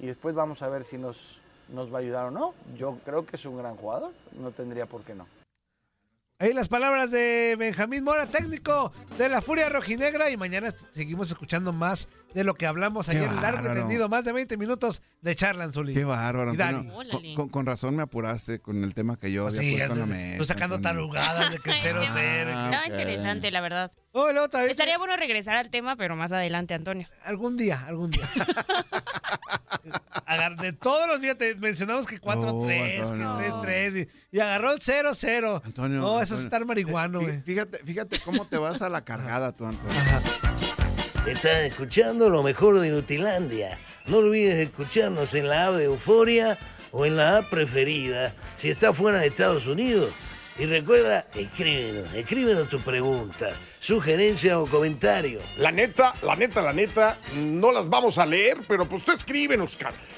S7: Y después vamos a ver si nos, nos va a ayudar o no. Yo creo que es un gran jugador, no tendría por qué no.
S3: Ahí las palabras de Benjamín Mora, técnico de la Furia Rojinegra. Y mañana est- seguimos escuchando más de lo que hablamos ayer, largo y
S4: bárbaro.
S3: tendido, más de 20 minutos de charla, Anzuli.
S4: Qué bárbaro,
S3: Y Dani.
S4: Antonio. Con, con- con razón me apuraste con el tema que yo
S3: Pues
S4: había
S3: sí,
S4: puesto en la
S3: ya-
S4: mesa.
S3: tú sacando
S4: Antonio.
S3: tarugadas de que el 0-0.
S4: Ah,
S2: Estaba
S4: ok.
S2: interesante, la verdad.
S3: Oh,
S2: Estaría bueno regresar al tema, pero más adelante, Antonio.
S3: Algún día, algún día. Agar- De todos los días te mencionamos que 4-3,
S4: Antonio.
S3: que 3-3. Y, y agarró el 0-0.
S4: Antonio,
S3: No, eso es
S4: Antonio. Eh,
S3: estar marihuano,
S4: Fí-
S3: güey.
S4: Fíjate, fíjate cómo te vas a la cargada tú, Antonio.
S3: Ah,
S9: Estás escuchando lo mejor de Nutilandia. No olvides escucharnos en la app de Euforia o en la app preferida si estás fuera de Estados Unidos. Y recuerda, escríbenos, escríbenos tu pregunta, sugerencia o comentario.
S10: La neta, la neta, la neta, no las vamos a leer, pero pues tú escríbenos, car-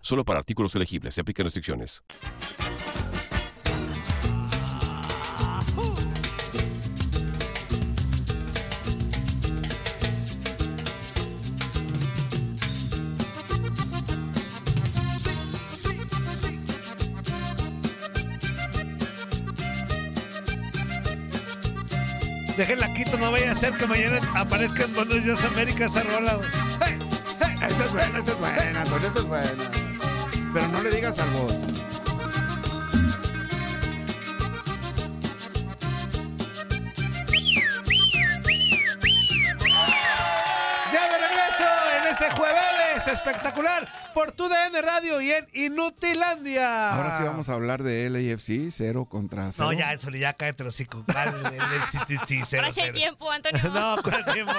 S11: Solo para artículos elegibles. Se aplican restricciones.
S3: Déjenla quito, no vaya a ser que mañana aparezca en Buenos Días América esa rola, güey. ¡Hey! ¡Hey!
S4: Esa es buena, esa es buena,
S3: pues
S4: Antonio, esa es buena. Pero no le digas al voz.
S3: Ya de regreso en este jueves es espectacular por tu DN Radio y en Inutilandia.
S4: Ahora sí vamos a hablar de LAFC, cero contra cero.
S12: No, ya, eso ya cállate los cinco. Cero,
S2: Hace
S12: cero.
S2: tiempo, Antonio.
S12: No, ¿cuál tiempo?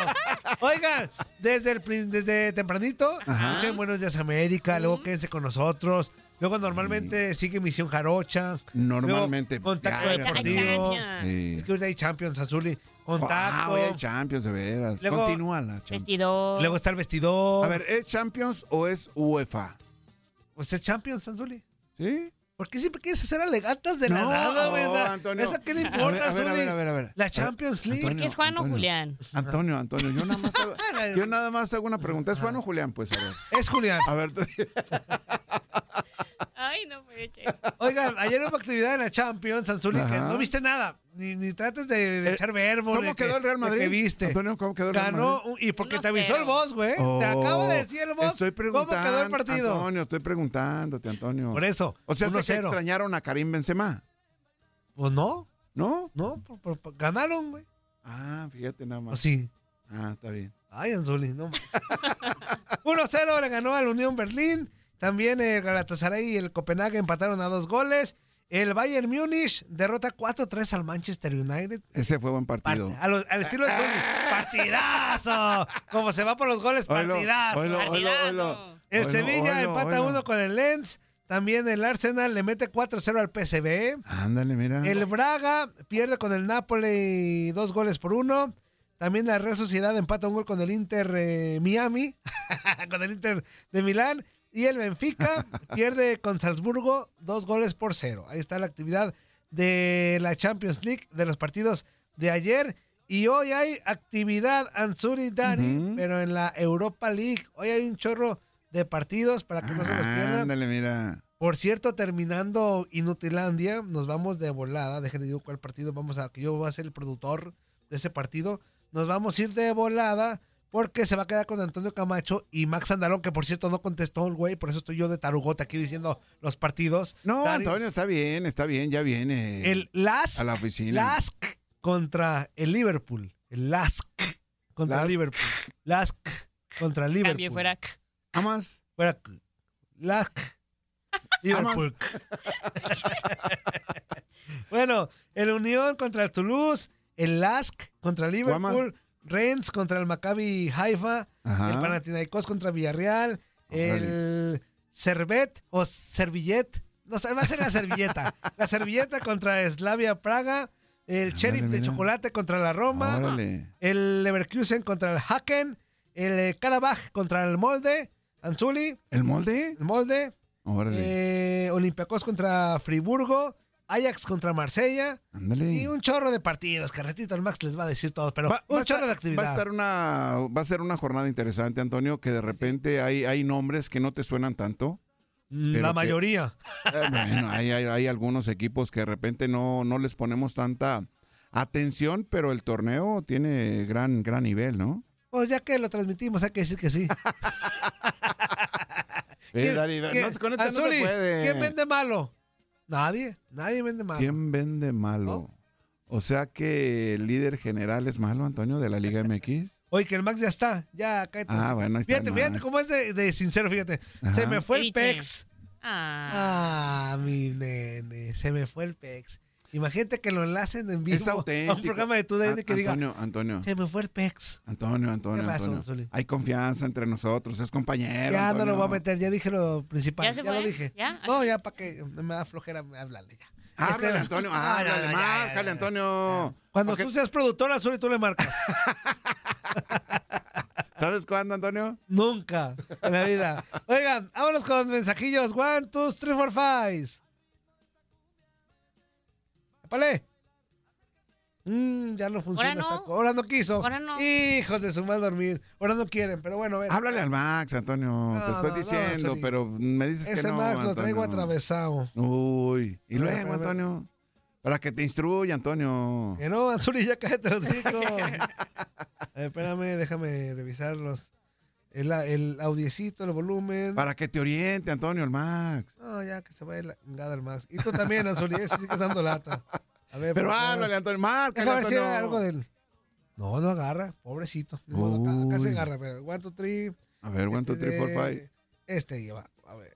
S3: Oigan, desde, el, prin- desde tempranito,
S12: Ajá.
S3: escuchen Buenos Días América, luego quédense con nosotros. Luego normalmente sigue Misión Jarocha.
S4: Normalmente.
S3: Luego Contacto
S4: Ya,
S3: Deportivo.
S4: Champions. Sí.
S3: Es que ahorita hay Champions, Azuli.
S4: Eh, Ah,
S3: Contacto.
S4: hoy hay Champions, de veras.
S3: pues. Luego-
S4: Continúa la Champions.
S2: Vestidor.
S3: Luego está el vestidor.
S4: A ver, ¿es Champions o es UEFA?
S3: Pues es Champions, Anzuli.
S4: ¿Sí?
S3: ¿Por qué siempre quieres hacer alegatas de la
S4: No,
S3: nada, güey? O sea,
S4: Antonio.
S3: ¿Eso qué le
S4: A ver,
S3: importa,
S4: a ver, a
S3: Zuli?
S4: ver, a ver, a ver.
S3: La Champions League.
S4: Antonio,
S2: ¿Por qué es Juan o
S4: Antonio.
S2: Julián?
S4: Antonio, Antonio, yo nada más hago, yo nada más hago una pregunta. ¿Es Juan o Julián? Pues a ver.
S3: Es Julián.
S4: A ver, tú-
S2: Ay, no puede che.
S3: Oigan, ayer hubo actividad en la Champions, Anzuli, que
S4: Ajá. Eh,
S3: no viste nada. Ni, ni trates de, de echar verbo.
S4: ¿cómo
S3: de
S4: quedó
S3: que-
S4: el Real
S3: de
S4: Madrid?
S3: que viste.
S4: Antonio, ¿cómo quedó el Real
S3: Ganó,
S4: Madrid?
S3: un- y porque te avisó el boss, güey. te acabo de decir el boss.
S4: Oh, Estoy
S3: ¿Cómo
S4: preguntando,
S3: quedó el partido?
S4: Antonio, estoy preguntándote, Antonio.
S3: Por eso,
S4: O sea, ¿se
S3: 1-0.
S4: extrañaron a Karim Benzema?
S3: Pues no.
S4: ¿No?
S3: No, por- por- por- ganaron, güey.
S4: Ah, fíjate nada más.
S3: Pues sí.
S4: Ah, está bien.
S3: Ay, Anzuli, no. 1-0 le ganó al Unión Berlín. También el Galatasaray y el Copenhague empataron a dos goles. El Bayern Múnich derrota 4-3 al Manchester United.
S4: Ese fue buen partido.
S3: A los- al estilo de Sony. ¡Partidazo! Como se va por los goles,
S4: Oilo,
S3: partidazo.
S4: oilo, oilo, oilo.
S3: Partidazo. El
S4: Oilo,
S3: Sevilla
S4: oilo,
S3: empata
S4: oilo.
S3: uno con el Lens. También el Arsenal le mete 4-0 al PSV.
S4: Ándale, mira.
S3: El Braga pierde con el Napoli dos goles por uno. También la Real Sociedad empata un gol con el Inter eh, Miami, con el Inter de Milán. Y el Benfica pierde con Salzburgo dos goles por cero. Ahí está la actividad de la Champions League, de los partidos de ayer. Y hoy hay actividad Ansuri Dani, pero en la Europa League. Hoy hay un chorro de partidos para que no se los pierdan.
S4: Ah, Ándale, mira.
S3: Por cierto, terminando Inutilandia, nos vamos de volada. Déjenme digo cuál partido vamos a. que Yo voy a ser el productor de ese partido. Nos vamos a ir de volada porque se va a quedar con Antonio Camacho y Max Andalón, que por cierto no contestó el güey. Por eso estoy yo de tarugote aquí diciendo los partidos.
S4: No,
S3: Dani,
S4: Antonio, está bien, está bien, ya viene.
S3: El Lask.
S4: A la oficina.
S3: Lask contra el Liverpool. El Lask contra el Liverpool. Lask contra el Liverpool.
S2: Cambio fuera.
S4: ¿Amas?
S3: Fuera. Lask. Liverpool. Bueno, el Unión contra el Toulouse, el LASK contra el Liverpool, Rennes contra el Maccabi Haifa,
S4: Ajá.
S3: el Panathinaikos contra Villarreal, el Servet o Servillet, no sé, va a ser la servilleta, la servilleta contra Slavia Praga, el Sheriff de
S4: mira.
S3: Chocolate contra la Roma,
S4: Órale.
S3: el Leverkusen contra el Haken, el eh, Karabaj contra el Molde, Anzuli.
S4: ¿El molde? Oh,
S3: El Molde.
S4: Órale.
S3: Eh, Olympiacos contra Friburgo, Ajax contra Marsella
S4: Ándale.
S3: y un chorro de partidos. Carretito, el Max les va a decir todo, pero
S4: Va- uh,
S3: un
S4: va a
S3: chorro de
S4: estar-
S3: actividad.
S4: Va a, estar una, va a ser una jornada interesante, Antonio, que de repente hay, hay nombres que no te suenan tanto. pero
S3: la
S4: que-
S3: mayoría.
S4: Eh, bueno, hay, hay- hay algunos equipos que de repente no, no les ponemos tanta atención, pero el torneo tiene gran, gran nivel, ¿no?
S3: Pues ya que lo transmitimos, hay que decir que sí.
S4: Eh, Dari,
S3: ¿Qué-
S4: no, con esto no se
S3: Anzuli,
S4: puede.
S3: ¿Quién vende malo? Nadie, nadie vende malo.
S4: ¿Quién vende malo? O sea que el líder general es malo, Antonio, de la Liga MX.
S3: Oye, que el Max ya está, ya cállate.
S4: Ah, bueno, ahí está el
S3: Fíjate, fíjate
S4: Max.
S3: cómo es de, de sincero, fíjate.
S4: Ajá.
S3: Se me fue el
S2: Ceviche.
S3: Pex.
S2: Ah.
S3: Ah, mi nene, se me fue el Pex. Imagínate que lo enlacen en vivo
S4: Es
S3: a un
S4: auténtico.
S3: programa de tu DN que
S4: An-
S3: diga,
S4: Antonio, ah. Antonio.
S3: se me fue el Pex.
S4: Antonio, Antonio,
S3: ¿Qué pasó,
S4: Antonio.
S3: Zuli?
S4: Hay confianza entre nosotros, es compañero.
S3: Ya no lo
S4: Antonio.
S3: voy a meter, ya dije lo principal.
S2: ¿Ya
S3: Ya,
S2: se fue?
S3: lo dije.
S2: ¿Ya?
S3: No, ya para que me da flojera hablarle ya. Este-
S4: Háblale, Antonio,
S3: No, no, no,
S4: háblale,
S3: ya, ya,
S4: márcale,
S3: ya.
S4: Antonio.
S3: Cuando
S4: Porque-
S3: tú seas productor azul y tú le marcas.
S4: ¿Sabes cuándo, Antonio?
S3: Nunca en la vida. Oigan, vámonos con los mensajillos. One, two, three, four, five. ¡Épale! Mm, ya no funciona.
S2: Ahora no.
S3: esta co- Ahora no quiso.
S2: Ahora no.
S3: Hijos de su mal dormir. Ahora no quieren, pero bueno, a ver.
S4: Háblale al Max, Antonio. Te estoy
S3: no, no,
S4: diciendo,
S3: Zuli.
S4: pero me dices que
S3: Ese
S4: no.
S3: Max lo traigo
S4: Antonio.
S3: atravesado.
S4: Uy. Y
S3: Pero, pero,
S4: luego,
S3: pero-
S4: Antonio. Para que te instruya, Antonio.
S3: Que no, Anzuli, ya cállate los hijos. espérame, déjame revisarlos. El, el audiecito, el volumen.
S4: Para que te oriente, Antonio, el Max.
S3: No, ya que se vaya la chingada el Max. Y tú también, Anzuli, ese sigue dando lata. A ver,
S4: Pero
S3: por favor.
S4: háblale, Antonio.
S3: Déjame
S4: Márcale,
S3: ver si
S4: Antonio.
S3: era algo del. No, no agarra, pobrecito. Ni modo, acá, acá se
S4: Uy.
S3: agarra, pero one, two, three.
S4: A ver, one, two, three, four, five.
S3: Este lleva. A ver.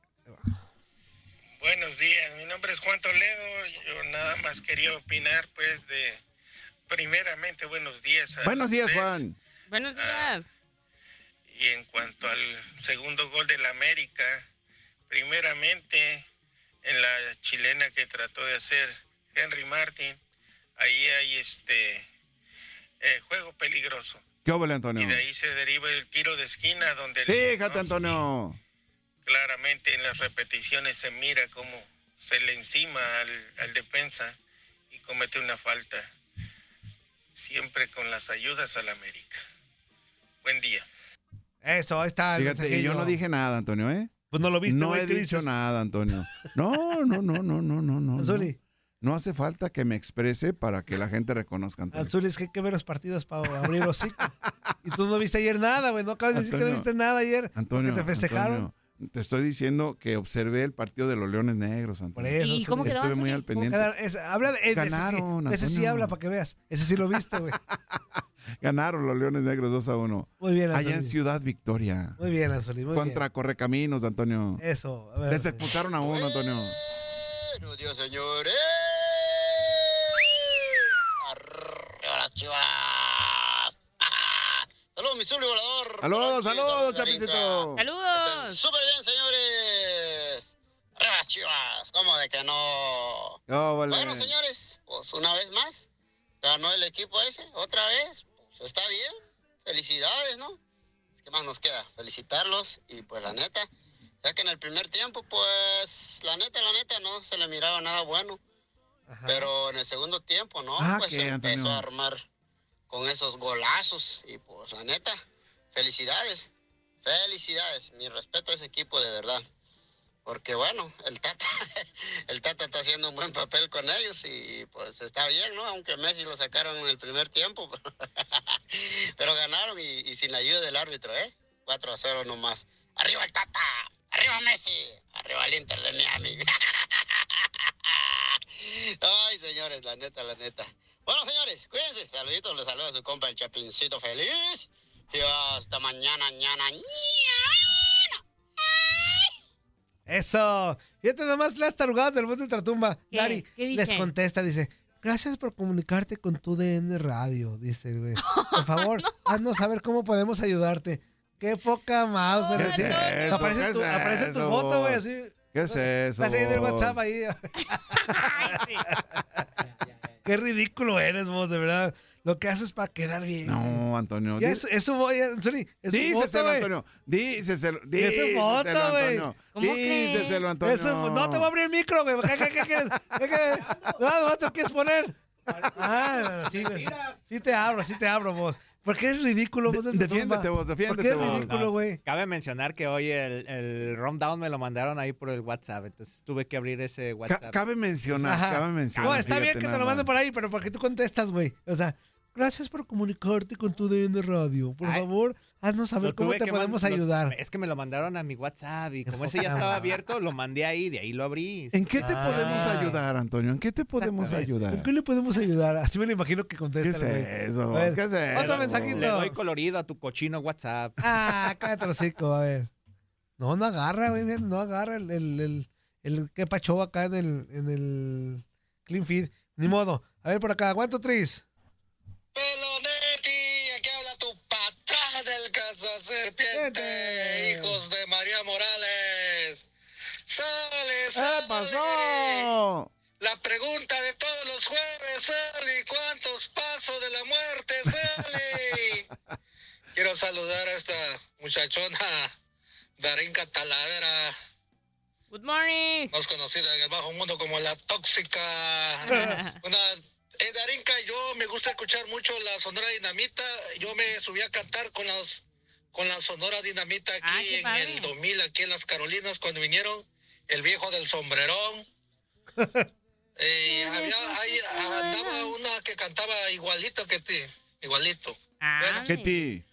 S8: Buenos días, mi nombre es Juan Toledo. Yo nada más quería opinar, pues, de. Primeramente, buenos días. a
S4: Buenos días,
S8: ustedes.
S4: Juan.
S1: Buenos días.
S8: Y en cuanto al segundo gol del América, primeramente en la chilena que trató de hacer Henry Martin, ahí hay este eh, juego peligroso.
S4: ¿Qué óvole, Antonio?
S8: Y de ahí se deriva el tiro de esquina donde
S4: Fíjate,
S8: Lewandowski
S4: Antonio.
S8: claramente en las repeticiones se mira cómo se le encima al, al defensa y comete una falta. Siempre con las ayudas al América. Buen día.
S3: Eso, ahí está. el
S4: Fíjate, yo
S3: mensajillo.
S4: no dije nada, Antonio, ¿eh?
S3: Pues no lo viste,
S4: No
S3: güey,
S4: he
S3: ¿qué
S4: dicho
S3: dices?
S4: nada, Antonio. No, no, no, no, no, no, no.
S3: Anzuli.
S4: No. No hace falta que me exprese para que la gente reconozca, Antonio.
S3: Azul, es que hay que ver los partidos para abrir los hocico. Y tú no viste ayer nada, güey. No acabas de decir que no
S4: Antonio,
S3: viste nada ayer.
S4: Antonio.
S3: Porque te festejaron.
S4: Antonio, te estoy diciendo que observé el partido de los Leones Negros, Antonio.
S3: Por eso, ¿Y cómo quedó,
S4: Estuve muy
S3: Antonio?
S4: al pendiente.
S3: Ganar- ese- habla de, ese sí,
S4: Ganaron,
S3: Ese sí,
S4: Antonio.
S3: habla para que veas. Ese sí lo viste, güey.
S4: Ganaron los Leones Negros 2 a 1.
S3: Muy bien,
S4: Allá en
S3: Antonio.
S4: Ciudad Victoria.
S3: Muy bien, Anzuli, muy
S4: Contra Correcaminos, Antonio.
S3: bien. Eso. a ver,
S4: Les
S3: Anzuli.
S4: expulsaron a uno, Antonio.
S13: ¡Ah! Saludos, mi sub volador.
S4: Saludos, saludos, Chapicito.
S1: Saludos.
S13: Súper bien, señores. Arriba las chivas. ¿Cómo de que no?
S4: No, vale.
S13: Bueno, señores, pues una vez más, ganó el equipo ese, otra vez. Pues está bien. Felicidades, ¿no? ¿Qué más nos queda? Felicitarlos y pues la neta, ya que en el primer tiempo, pues la neta, la neta, no se le miraba nada bueno. Pero en el segundo tiempo, ¿no?
S4: Ah,
S13: pues
S4: ¿qué,
S13: se empezó
S4: Antonio?
S13: a armar con esos golazos y pues la neta, felicidades, felicidades, mi respeto a ese equipo de verdad. Porque bueno, el Tata, el Tata está haciendo un buen papel con ellos y pues está bien, ¿no? Aunque Messi lo sacaron en el primer tiempo, pero, pero ganaron y, y sin la ayuda del árbitro, ¿eh? 4 a 0 nomás. Arriba el Tata, arriba Messi, arriba el Inter de Miami. Ay, señores, la neta, la neta. Bueno, señores, cuídense. Saluditos, les saluda su compa, el Chapincito Feliz. Y hasta mañana, ñana,
S3: Eso. Fíjate nomás las tarugadas del mundo ultratumba.
S1: ¿Qué?
S3: Dari
S1: ¿Qué
S3: les
S1: dicen?
S3: contesta, dice, gracias por comunicarte con tu DN Radio, dice el güey. Por favor, haznos saber cómo podemos ayudarte. Qué poca mouse.
S4: ¿Qué
S3: recién-
S4: es eso? ¿Qué
S3: aparece, tu,
S4: es
S3: aparece tu
S4: eso,
S3: foto, güey,
S4: vos?
S3: así.
S4: ¿Qué es eso?
S3: Estás ahí en el
S4: vos?
S3: WhatsApp ahí. Qué ridículo eres vos, de verdad. Lo que haces para quedar bien.
S4: No, Antonio.
S3: Ya
S4: di-
S3: eso, eso voy, Anthony. Es tu foto,
S4: Díceselo,
S3: güey.
S4: Antonio. Díceselo.
S3: Es tu
S4: Díceselo,
S3: foto, güey.
S4: Antonio. Díceselo, Antonio.
S3: Es tu fo- no te voy a abrir el micro, güey. ¿Qué, qué, qué quieres? ¿Qué, qué? No, no te quieres poner. Ah, sí, güey. Sí te abro, sí te abro, vos. Porque eres ridículo, vos. del Tumba. Porque eres ridículo, güey.
S14: Cabe mencionar que hoy el, el rundown me lo mandaron ahí por el WhatsApp, entonces tuve que abrir ese
S4: Ca-
S14: WhatsApp.
S4: cabe mencionar,
S14: Ajá.
S4: cabe mencionar.
S3: No, está bien
S4: fíjate
S3: que te
S4: nada
S3: lo manden
S4: más.
S3: por ahí, pero ¿por qué tú contestas, güey? O sea, gracias por comunicarte con tu DN Radio. Por favor, haznos saber
S14: Lo
S3: cómo
S14: tuve
S3: te
S14: que man-
S3: podemos
S14: lo-
S3: ayudar.
S14: es que me lo mandaron a mi WhatsApp y como ese ya estaba abierto, lo mandé ahí, de ahí lo abrí.
S4: ¿En qué te
S3: Ah.
S4: podemos ayudar, Antonio? ¿En qué te podemos
S3: ¿Con
S4: ayudar?
S3: qué le podemos ayudar? Así me lo imagino que contesta.
S4: ¿Qué es eso? ¿Qué es eso?
S3: Otro
S14: Le
S3: mensajito.
S14: doy colorido a tu cochino WhatsApp.
S3: Ah, cállate el hocico, a ver. No, no agarra, güey, mira, no agarra el, el, el, el que pachó acá en el, en el clean feed. Ni modo. A ver por acá, ¿cuánto tris?
S13: Atrás del casa serpiente, hijos de María Morales. Sale, sale. La pregunta de todos los jueves, sale. ¿Cuántos pasos de la muerte sale? Quiero saludar a esta muchachona, Darinka Talavera,
S1: Good morning.
S13: más conocida en el bajo mundo como la tóxica. Una eh, Darinka, yo me gusta escuchar mucho la Sonora Dinamita. Yo me subí a cantar con las con la Sonora Dinamita aquí
S1: Ah,
S13: en el 2000, aquí en las Carolinas cuando vinieron el viejo del sombrerón. Eh, había, ahí andaba una que cantaba igualito que ti, igualito.
S1: Ah,
S4: ¿Qué ti?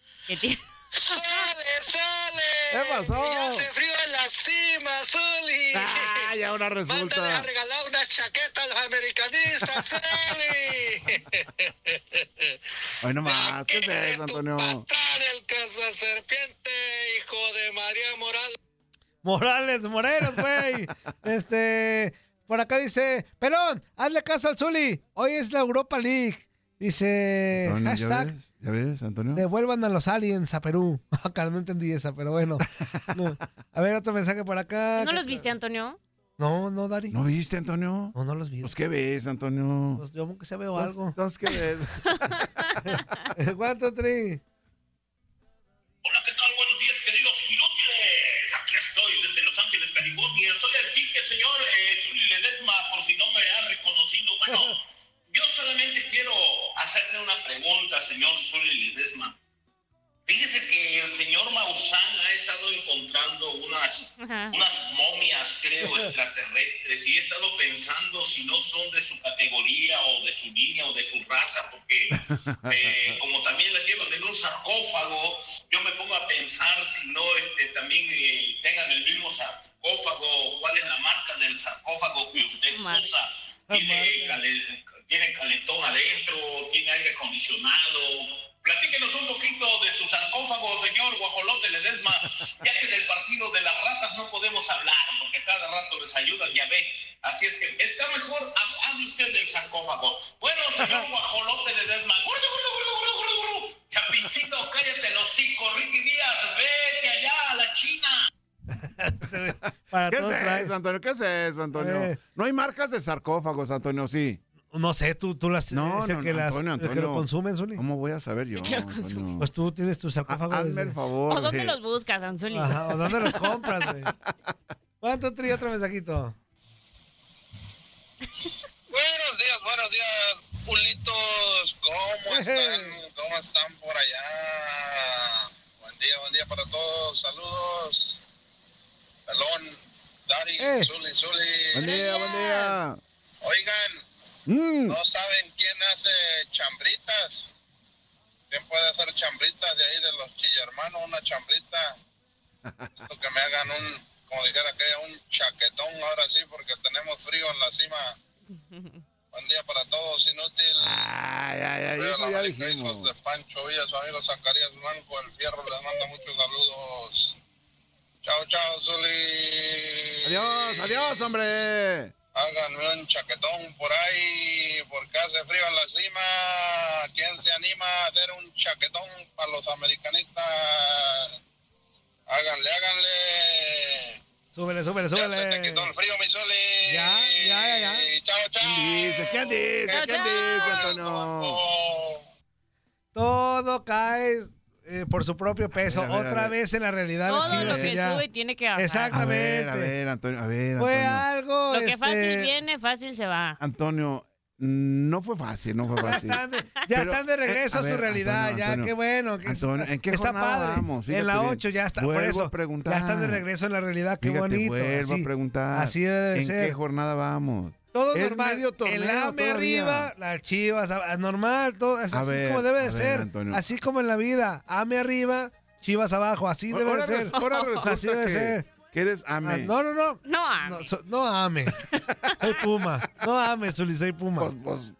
S13: ¡Sale, sale!
S4: ¿Qué pasó?
S13: ¡Ya hace frío en la cima, Zuli!
S4: ¡Ay, Ah, ahora resulta!
S13: Mándale a regalar una chaqueta a los americanistas, Zuli!
S4: Ay, no más. ¿Qué es eso, Antonio?
S13: ¡Casa serpiente, hijo
S15: María Morales.
S3: Morales, Morelos, güey. Este, por acá dice, Pelón, hazle caso al Zuli. Hoy es la Europa League. Dice,
S4: Antonio, ¿ya,
S3: Eh, hashtag,
S4: ves? ¿Ya ves, Antonio?
S3: devuelvan a los aliens a Perú. Acá no entendí esa, pero bueno. No. A ver, otro mensaje por acá.
S2: ¿No los viste, Antonio?
S3: No, no, Dari.
S4: ¿No viste, Antonio?
S3: No, no los vi.
S4: Pues, ¿qué ves, Antonio?
S3: Pues yo nunca se veo
S4: Pues,
S3: algo.
S4: Entonces, ¿qué ves?
S3: ¿Cuánto, Tri?
S15: Queridos inútiles, aquí estoy desde Los Ángeles, California. Soy el Quique, señor eh, Zuli Ledesma, por si no me ha reconocido. Bueno, yo solamente quiero hacerle una pregunta, señor Zuli Ledesma. Fíjese que el señor Maussan ha estado encontrando unas,
S2: Ajá.
S15: unas momias, creo, extraterrestres, y he estado pensando si no son de su categoría o de su línea o de su raza, porque eh, como también las llevan en un sarcófago, yo me pongo a pensar si no este, también eh, tengan el mismo sarcófago, cuál es la marca del sarcófago que usted
S2: Madre.
S15: usa. Tiene, cale- tiene calentón adentro, tiene aire acondicionado. Platíquenos un poquito de su sarcófago, señor Guajolote Ledesma, ya que del partido de las ratas no podemos hablar, porque cada rato les ayudan, ya ve. Así es que está mejor, hab- hable usted del sarcófago. Bueno, señor Guajolote Ledesma, gordo, gordo, gordo, gordo, gordo, gordo. Chapinchito, cállate el hocico, Ricky Díaz, vete allá a la China.
S4: ¿Qué
S3: todos
S4: es
S3: trae.
S4: eso, Antonio? ¿Qué es eso, Antonio?
S3: Eh.
S4: No hay marcas de sarcófagos, Antonio, sí.
S3: No sé, tú, tú las
S4: No,
S3: es el
S4: no,
S3: que
S4: no,
S3: las-
S4: Antonio,
S3: el que
S4: Antonio.
S3: lo consumen, Zuli.
S4: ¿Cómo voy a saber yo?
S2: El que lo
S4: Antonio? Ah,
S2: consume.
S3: Pues tú tienes tu sarcófago.
S4: Hazme
S3: desde-
S4: el favor.
S2: ¿O dónde
S4: de-
S2: los buscas, Anzuli?
S3: Ajá, ¿o dónde los compras, güey? ¿Cuánto, Tri? Otro mensajito.
S15: Buenos días, buenos días, pulitos. ¿Cómo están? ¿Cómo están por allá? Buen día, buen día para todos. Saludos. Pelón, Dari,
S4: Eh.
S15: Zuli, Zuli.
S4: Buen día, buen día.
S15: Oigan,
S4: Mm.
S15: ¿no saben quién hace chambritas? ¿Quién puede hacer chambritas de ahí de los chillermanos? Una chambrita. Esto que me hagan un, como dijera aquella, un chaquetón ahora sí, porque tenemos frío en la cima. Buen día para todos, inútil.
S4: Ay, ay, ay,
S15: Arriba
S4: eso
S15: la
S4: ya
S15: América, hijos
S4: dijimos.
S15: de Pancho Villa, su amigo Zacarías Blanco, el fierro, les manda muchos saludos. Chao, chao, Zuli.
S4: Adiós, adiós, hombre.
S15: Háganme un chaquetón por ahí, porque hace frío en la cima. ¿Quién se anima a hacer un chaquetón para los americanistas? Háganle, háganle.
S3: Súbele, súbele,
S15: Ya se te
S3: súbele.
S15: quitó el frío, mi Zuli.
S3: Ya, ya, ya, ya.
S15: Chao, chao.
S4: Dice, ¿qué dice? ¿Qué dice, Antonio?
S3: Todo cae eh, por su propio peso.
S4: ver, a ver,
S3: Otra
S4: a ver.
S3: vez en la realidad.
S2: Todo
S3: Regina,
S2: lo que
S3: ya.
S2: sube tiene que bajar.
S3: Exacto.
S4: A ver, a
S3: Exactamente.
S4: ver, Antonio, a ver,
S3: Fue
S4: Antonio.
S3: algo.
S2: Lo que
S3: este,
S2: fácil viene, fácil se va.
S4: Antonio, no fue fácil, no fue
S3: Ya
S4: fácil.
S3: están de, ya
S4: Pues Pero,
S3: están de regreso
S4: eh,
S3: a, su
S4: ver,
S3: realidad,
S4: Antonio,
S3: ya,
S4: Antonio,
S3: qué bueno. que-
S4: Antonio, ¿en qué
S3: está
S4: jornada
S3: padre.
S4: vamos? Fíjate
S3: en la
S4: bien.
S3: 8 ya está. Por
S4: Vuelvo
S3: eso,
S4: a preguntar.
S3: ya están de regreso en la realidad, qué
S4: Fíjate,
S3: bonito.
S4: Vuelvo
S3: así,
S4: a preguntar.
S3: Así debe de
S4: ¿En
S3: ser.
S4: qué jornada vamos?
S3: todo
S4: es
S3: normal.
S4: medio torneo
S3: el AME
S4: todavía.
S3: arriba, las chivas, a- a- normal, todo, es
S4: A
S3: así
S4: ver,
S3: como debe de
S4: a ver,
S3: ser.
S4: Antonio.
S3: Así como en la vida, AME arriba, chivas abajo, así debe
S4: Ahora,
S3: de
S4: res-
S3: ser.
S4: ahora
S3: así debe de
S4: resulta que,
S3: ser.
S4: que eres
S3: Ah,
S4: ame.
S3: no, no, no.
S2: No, a
S3: No, so- no ame. Soy Puma. No ame, Zuli, soy Puma.
S4: Pues, pues,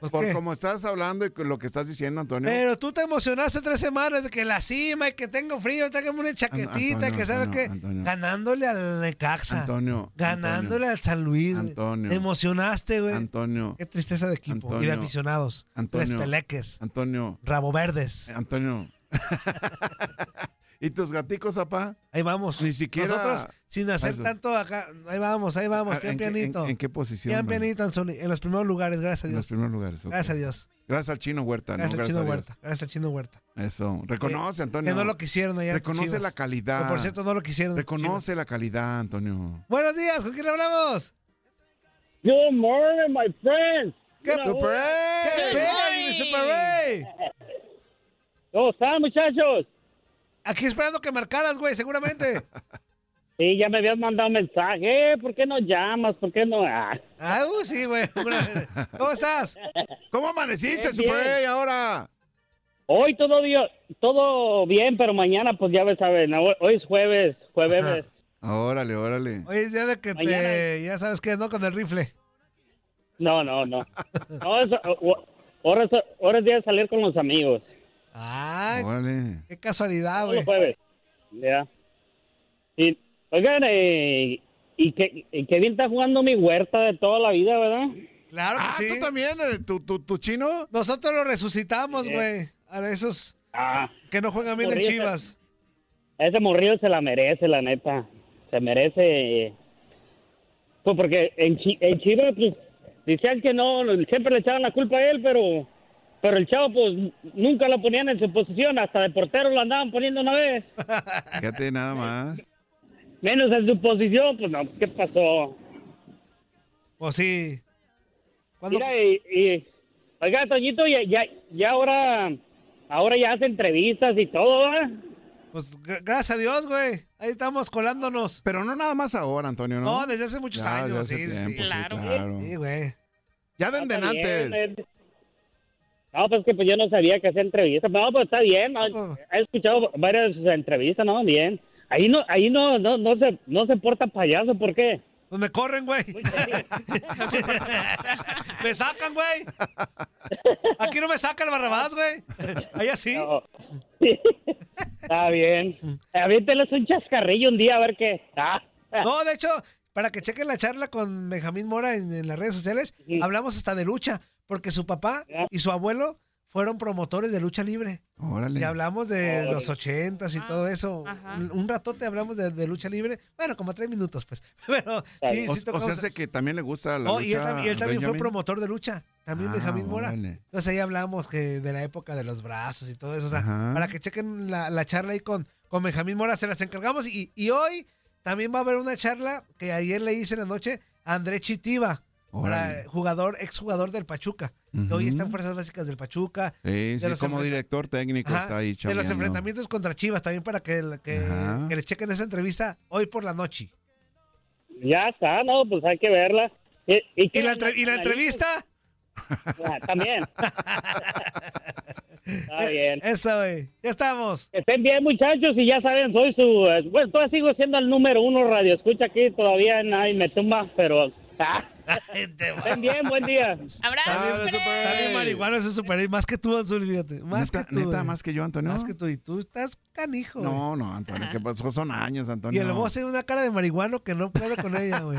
S3: Pues,
S4: por
S3: ¿qué?
S4: como estás hablando y con lo que estás diciendo, Antonio.
S3: Pero tú te emocionaste tres semanas de que la cima y que tengo frío, tráigame una chaquetita,
S4: Antonio,
S3: que sabes
S4: Antonio,
S3: que
S4: Antonio.
S3: ganándole al Necaxa,
S4: Antonio.
S3: ganándole al San Luis. güey.
S4: Antonio.
S3: Te emocionaste, güey.
S4: Antonio.
S3: Qué tristeza de equipo y de
S4: Antonio.
S3: aficionados.
S4: Antonio.
S3: Tres peleques,
S4: Antonio.
S3: rabo verdes.
S4: Antonio. ¿Y tus gaticos, apá?
S3: Ahí vamos.
S4: Ni siquiera.
S3: Nosotros sin hacer
S4: Eso.
S3: tanto acá, ahí vamos, ahí vamos,
S4: Ah,
S3: bien
S4: ¿en qué-
S3: pianito.
S4: en- en qué posición,
S3: Bien
S4: Manuel?
S3: pianito, Anzuli, en los primeros lugares, gracias a
S4: En los
S3: Dios.
S4: primeros lugares. ok.
S3: Gracias a Dios.
S4: Gracias al chino Huerta, ¿no?
S3: Gracias al Chino
S4: a Dios.
S3: Huerta, gracias al Chino Huerta.
S4: Eso. Reconoce,
S3: Que-
S4: Antonio.
S3: Eh, Que no lo quisieron allá.
S4: Reconoce
S3: Chivas.
S4: la calidad.
S3: Que por cierto, no lo quisieron.
S4: Reconoce la calidad, Antonio.
S3: Buenos días, ¿con quién hablamos?
S16: Good morning, my friends.
S3: ¿Qué
S16: Mira,
S3: Super Ray!
S16: ¿qué
S3: ¡Qué
S16: tal?
S3: padre, mi Super Ray!
S16: ¿Cómo están, muchachos?
S3: Aquí esperando que marcaras, güey, seguramente.
S16: Sí, ya me habías mandado mensaje. Eh, ¿Por qué no llamas? ¿Por qué no? Ah.
S3: Ah, uh, sí, güey. una vez. ¿Cómo estás?
S4: ¿Cómo amaneciste,
S16: Bien,
S4: Super
S16: bien.
S4: Ray, ahora?
S16: Hoy todo, dio- todo bien, pero mañana, pues ya ves, saben, hoy hoy es jueves, jueves.
S4: Órale, órale.
S3: Oye, es día de que te. Ya sabes qué, ¿no? Con el rifle.
S16: No, no, no. No, es- o- ahora, es, ahora es día de salir con los amigos.
S3: Ay,
S4: Órale.
S3: qué casualidad,
S16: Todos
S3: güey.
S16: los jueves. Ya. Y, oigan, eh, y que, y que bien está jugando mi huerta de toda la vida, ¿verdad?
S3: Claro que
S4: Ah,
S3: sí. ¿Tú también?
S4: eh,
S3: ¿Tu, chino? Nosotros lo resucitamos,
S16: Sí.
S3: güey. A esos
S16: Ah,
S3: que no juegan bien en
S16: Corrido,
S3: Chivas.
S16: Ese morrillo se la merece, la neta. Se merece. eh, Pues porque en, Chi- en Chivas, pues, decían que no, siempre le echaban la culpa a él, pero pero el chavo, pues, nunca lo ponían en su posición. Hasta de portero lo andaban poniendo una vez.
S4: Fíjate nada más.
S16: Menos en su posición, pues, no, ¿qué pasó?
S3: Pues sí.
S16: Mira, y, y- oiga, Toñito, ya, ya, ya ahora, ahora ya hace entrevistas y todo, ¿verdad?
S3: Pues gra- gracias a Dios, güey. Ahí estamos colándonos.
S4: Pero no nada más ahora, Antonio, ¿no?
S3: No, desde hace muchos
S4: Ya,
S3: años.
S4: desde
S3: sí,
S4: hace
S3: sí,
S4: tiempo, sí, Claro.
S3: claro.
S4: claro.
S3: Sí, güey.
S4: Ya de
S16: Ah, Está bien,
S4: antes.
S16: eh. No, pues que pues yo no sabía que hacía entrevistas. No, pues está bien. no, He escuchado varias de sus entrevistas, ¿no? Bien. Ahí no, ahí no, no, no se, no se porta payaso, ¿por qué?
S3: Pues me corren, güey. me sacan, güey. Aquí no me sacan barrabás, güey. Allá sí.
S16: Está bien. Aviénteles un chascarrillo un día a ver qué. Ah.
S3: No, de hecho, para que chequen la charla con Benjamín Mora en, en las redes sociales, hablamos hasta de lucha, porque su papá y su abuelo fueron promotores de lucha libre.
S4: Oh, Órale.
S3: Y hablamos de
S4: Órale.
S3: los ochentas y todo eso. Un un ratote hablamos de, de lucha libre. Bueno, como tres minutos, pues. Pero sí, sí
S4: o, o sea,
S3: tocamos.
S4: hace que también le gusta la
S3: Oh,
S4: lucha.
S3: y él, tam- y él también fue
S4: Benjamin.
S3: promotor de lucha. También
S4: Ah,
S3: Benjamín Mora.
S4: órale.
S3: Entonces ahí hablamos que de la época de los brazos y todo eso. O sea,
S4: Ajá.
S3: para que chequen la, la charla ahí con, con Benjamín Mora, se las encargamos. Y, y hoy también va a haber una charla que ayer le hice en la noche a André Chitiba, para- jugador, exjugador del Pachuca.
S4: Ujú.
S3: Hoy está en Fuerzas Básicas del Pachuca.
S4: Sí,
S3: De
S4: sí,
S3: los
S4: como
S3: enfren-
S4: director técnico
S3: Ajá,
S4: está ahí Ah.
S3: de los
S4: chambeando.
S3: enfrentamientos contra Chivas, también para que, que,
S4: Ajá.
S3: que le chequen esa entrevista hoy por la noche.
S16: Ya está, no, pues hay que verla. ¿Y, qué?
S3: ¿Y la, entre- y la entrevista?
S16: Ah, también. Está bien.
S3: Eso, güey. Ya estamos.
S16: Que estén bien, muchachos, y ya saben, soy su... eh, Bueno, todavía sigo siendo el número uno radio. Escucha aquí, todavía nadie me tumba, pero... ah. estén bien, buen día.
S2: Abrazo,
S3: Está bien marihuana ese super más que tú, Anzuli, fíjate. Más eh.
S4: Neta-
S3: que tú.
S4: neta,
S3: güey.
S4: más que yo, Antonio.
S3: Más que tú. Y tú estás canijo. güey.
S4: No, no, Antonio, ¿qué pasó? Son años,
S3: Y
S4: Antonio.
S3: el boss tiene una cara de marihuano que no puede con ella, güey.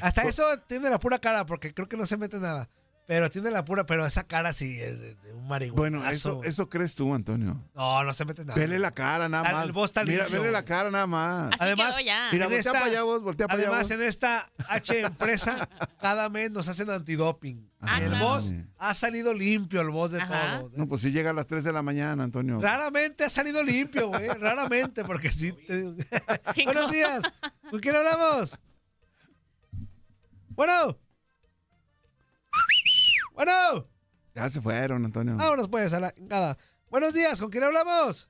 S3: Hasta
S4: Pues
S3: eso tiene la pura cara, porque creo que no se mete nada. Pero tiene la pura, pero esa cara sí es de, de un marihuano.
S4: Bueno, eso, eso crees tú, Antonio.
S3: No, no se mete nada.
S4: Vele la cara nada
S3: Al-
S4: más.
S3: el boss está
S4: Mira,
S3: liso.
S4: vele la cara nada más.
S3: Así Además, quedó ya.
S4: mira,
S3: en
S4: voltea
S3: esta-
S4: para allá vos, voltea para allá
S3: Además,
S4: vos.
S3: en esta H empresa, cada mes nos hacen antidoping.
S4: Ah,
S3: Y el boss ha salido limpio, el boss de todo.
S4: No, pues sí llega a las 3 de la mañana, Antonio.
S3: Raramente ha salido limpio, güey. Raramente, porque sí. te- Buenos días. ¿Con quién hablamos? Bueno. Bueno.
S4: Ya se fueron, Antonio.
S3: Vámonos pues a la nada. Buenos días. ¿Con quién hablamos?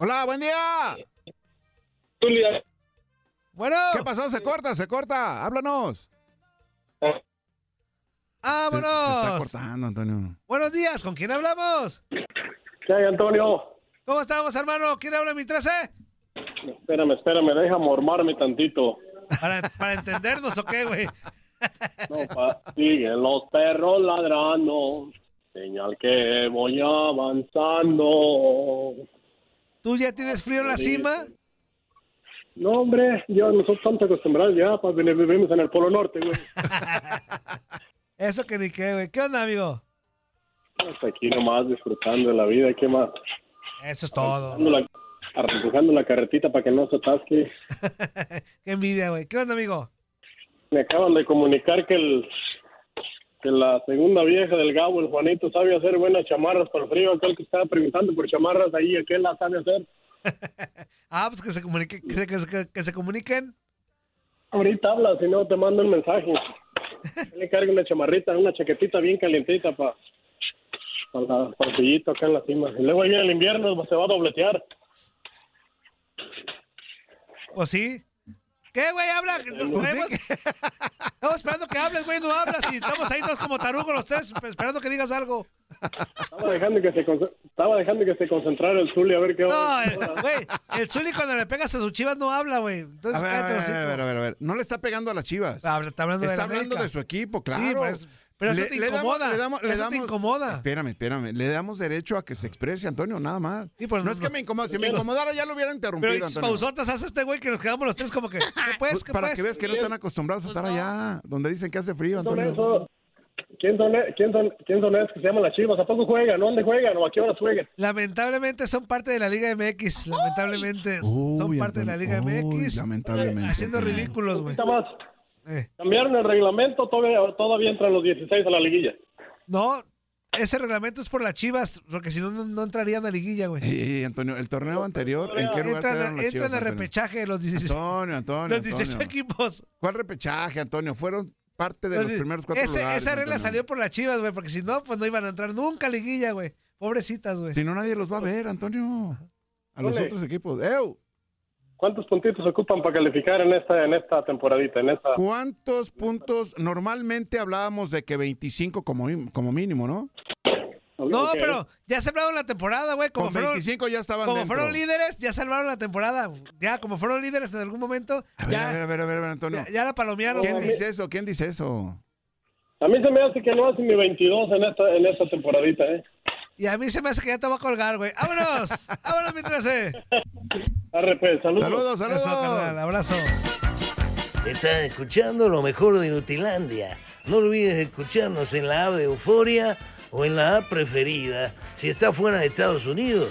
S4: Hola, buen día.
S3: Bueno.
S4: ¿Qué pasó? Se corta, se corta. Ah, Háblanos. Se,
S3: Ah, Vámonos.
S4: se está cortando, Antonio.
S3: Buenos días. ¿Con quién hablamos?
S17: ¿Qué hay, Antonio?
S3: ¿Cómo estamos, hermano? ¿Quién habla mi 13?
S17: Espérame, espérame, deja mormarme tantito.
S3: Para, para entendernos o qué, güey.
S17: No, pa- siguen los perros ladrando, señal que voy avanzando.
S3: ¿Tú ya tienes frío en la cima?
S17: No, hombre, ya nosotros estamos acostumbrados ya, pa, vi- vivimos en el Polo Norte, güey.
S3: Eso que ni qué, güey. ¿Qué onda, amigo?
S17: Hasta aquí nomás disfrutando de la vida, ¿qué más?
S3: Eso es todo.
S17: Dando la- Arrancando la carretita para que no se atasque.
S3: Qué envidia, güey. ¿Qué onda, amigo?
S17: Me acaban de comunicar que el que la segunda vieja del Gabo, el Juanito, sabe hacer buenas chamarras para el frío. Aquel que estaba preguntando por chamarras ahí, aquel las sabe hacer.
S3: Ah, pues que se, comunique, que, se, que se- que se comuniquen.
S17: Ahorita habla, si no te mando el mensaje. Yo Le cargo una chamarrita, una chaquetita bien calientita para para el sillito acá en la cima. Y luego viene el invierno, pues, se va a dobletear.
S3: ¿O Pues sí? ¿Qué, güey? Habla. Hemos- Estamos esperando que hables, güey. No hablas y estamos ahí todos como tarugos los tres esperando que digas algo.
S17: Estaba dejando que se, conce- estaba dejando que se concentrara el Zuli a ver qué
S3: No,
S17: va.
S3: el- güey, el Zuli cuando le pegas a sus chivas no habla, güey. Entonces,
S4: A ver,
S3: cállate
S4: a ver,
S3: los
S4: a ver,
S3: hocico.
S4: a ver, a ver, a ver. No le está pegando a las chivas.
S3: Está habla- está hablando de la
S4: hablando
S3: América.
S4: de su equipo,
S3: Sí,
S4: claro.
S3: pero es- pero eso te
S4: damos-
S3: incomoda,
S4: pues, le damos, le
S3: eso te
S4: damos-
S3: incomoda.
S4: Espérame, espérame. Le damos derecho a que se exprese, Antonio, nada más.
S3: pues,
S4: pues, no, es que me incomode. Si me incomodara ya lo hubiera interrumpido,
S3: Pero
S4: Antonio.
S3: pausotas hace este güey que nos quedamos los tres como que, ¿qué puedes?
S4: Pues,
S3: ¿Qué
S4: para
S3: puedes?
S4: que veas que no están acostumbrados
S3: Pues
S4: a estar allá, donde dicen que hace frío,
S17: ¿Quién son
S4: Antonio.
S17: esos? ¿Quién son, e- quién, son, ¿Quién son esos que se llaman las chivas? ¿A poco juegan? ¿Dónde juegan? ¿O a qué horas juegan?
S3: Lamentablemente son parte de la Liga MX, lamentablemente. son parte de la Liga MX.
S4: Lamentablemente.
S3: Haciendo ridículos, güey.
S17: Nada más. Cambiaron el reglamento, todavía, todavía entran los 16 a la liguilla.
S3: No, ese reglamento es por las chivas, porque si no, no, no entrarían a liguilla, güey.
S4: Ey, Antonio, el torneo anterior, ¿en qué lugar
S3: Entran, a-
S4: quedaron las chivas?
S3: entran a
S4: Antonio?
S3: repechaje de los 16.
S4: Antonio, Antonio,
S3: Los 18
S4: Antonio.
S3: equipos.
S4: ¿Cuál repechaje, Antonio? Fueron parte de los
S3: Entonces,
S4: primeros cuatro
S3: Pues ese-
S4: lugares.
S3: Esa regla
S4: Antonio.
S3: salió por las chivas, güey, porque si no, pues no iban a entrar nunca a liguilla, güey. Pobrecitas, güey.
S4: Si no, nadie los va a ver, Antonio. A los
S17: Ole.
S4: otros equipos. ¡Ew!
S17: ¿Cuántos puntitos ocupan para calificar en esta, en esta temporadita? En esta...
S4: ¿Cuántos puntos? Normalmente hablábamos de que 25 como, im- como mínimo, ¿no?
S3: No, pero ya salvaron la temporada, güey. Como
S4: Con
S3: fueron,
S4: 25 ya estaban
S3: Como
S4: dentro.
S3: fueron líderes, ya salvaron la temporada. Ya, como fueron líderes en algún momento,
S4: A ver, a ver, a ver, a ver, Antonio.
S3: ya, ya la palomearon.
S4: ¿Quién
S3: güey.
S4: dice eso? ¿Quién dice eso?
S17: A mí se me hace que no hacen ni 22 en esta, en esta temporadita, ¿eh?
S3: Y a mí se me hace que ya te va a colgar, güey. ¡Vámonos! ¡Vámonos mientras eh!
S17: Arre, pues, saludos.
S9: Saludos, saludos.
S3: Eso, carnal, abrazo.
S9: Estás escuchando lo mejor de Nutilandia. No olvides escucharnos en la app de Euforia o en la app preferida si estás fuera de Estados Unidos.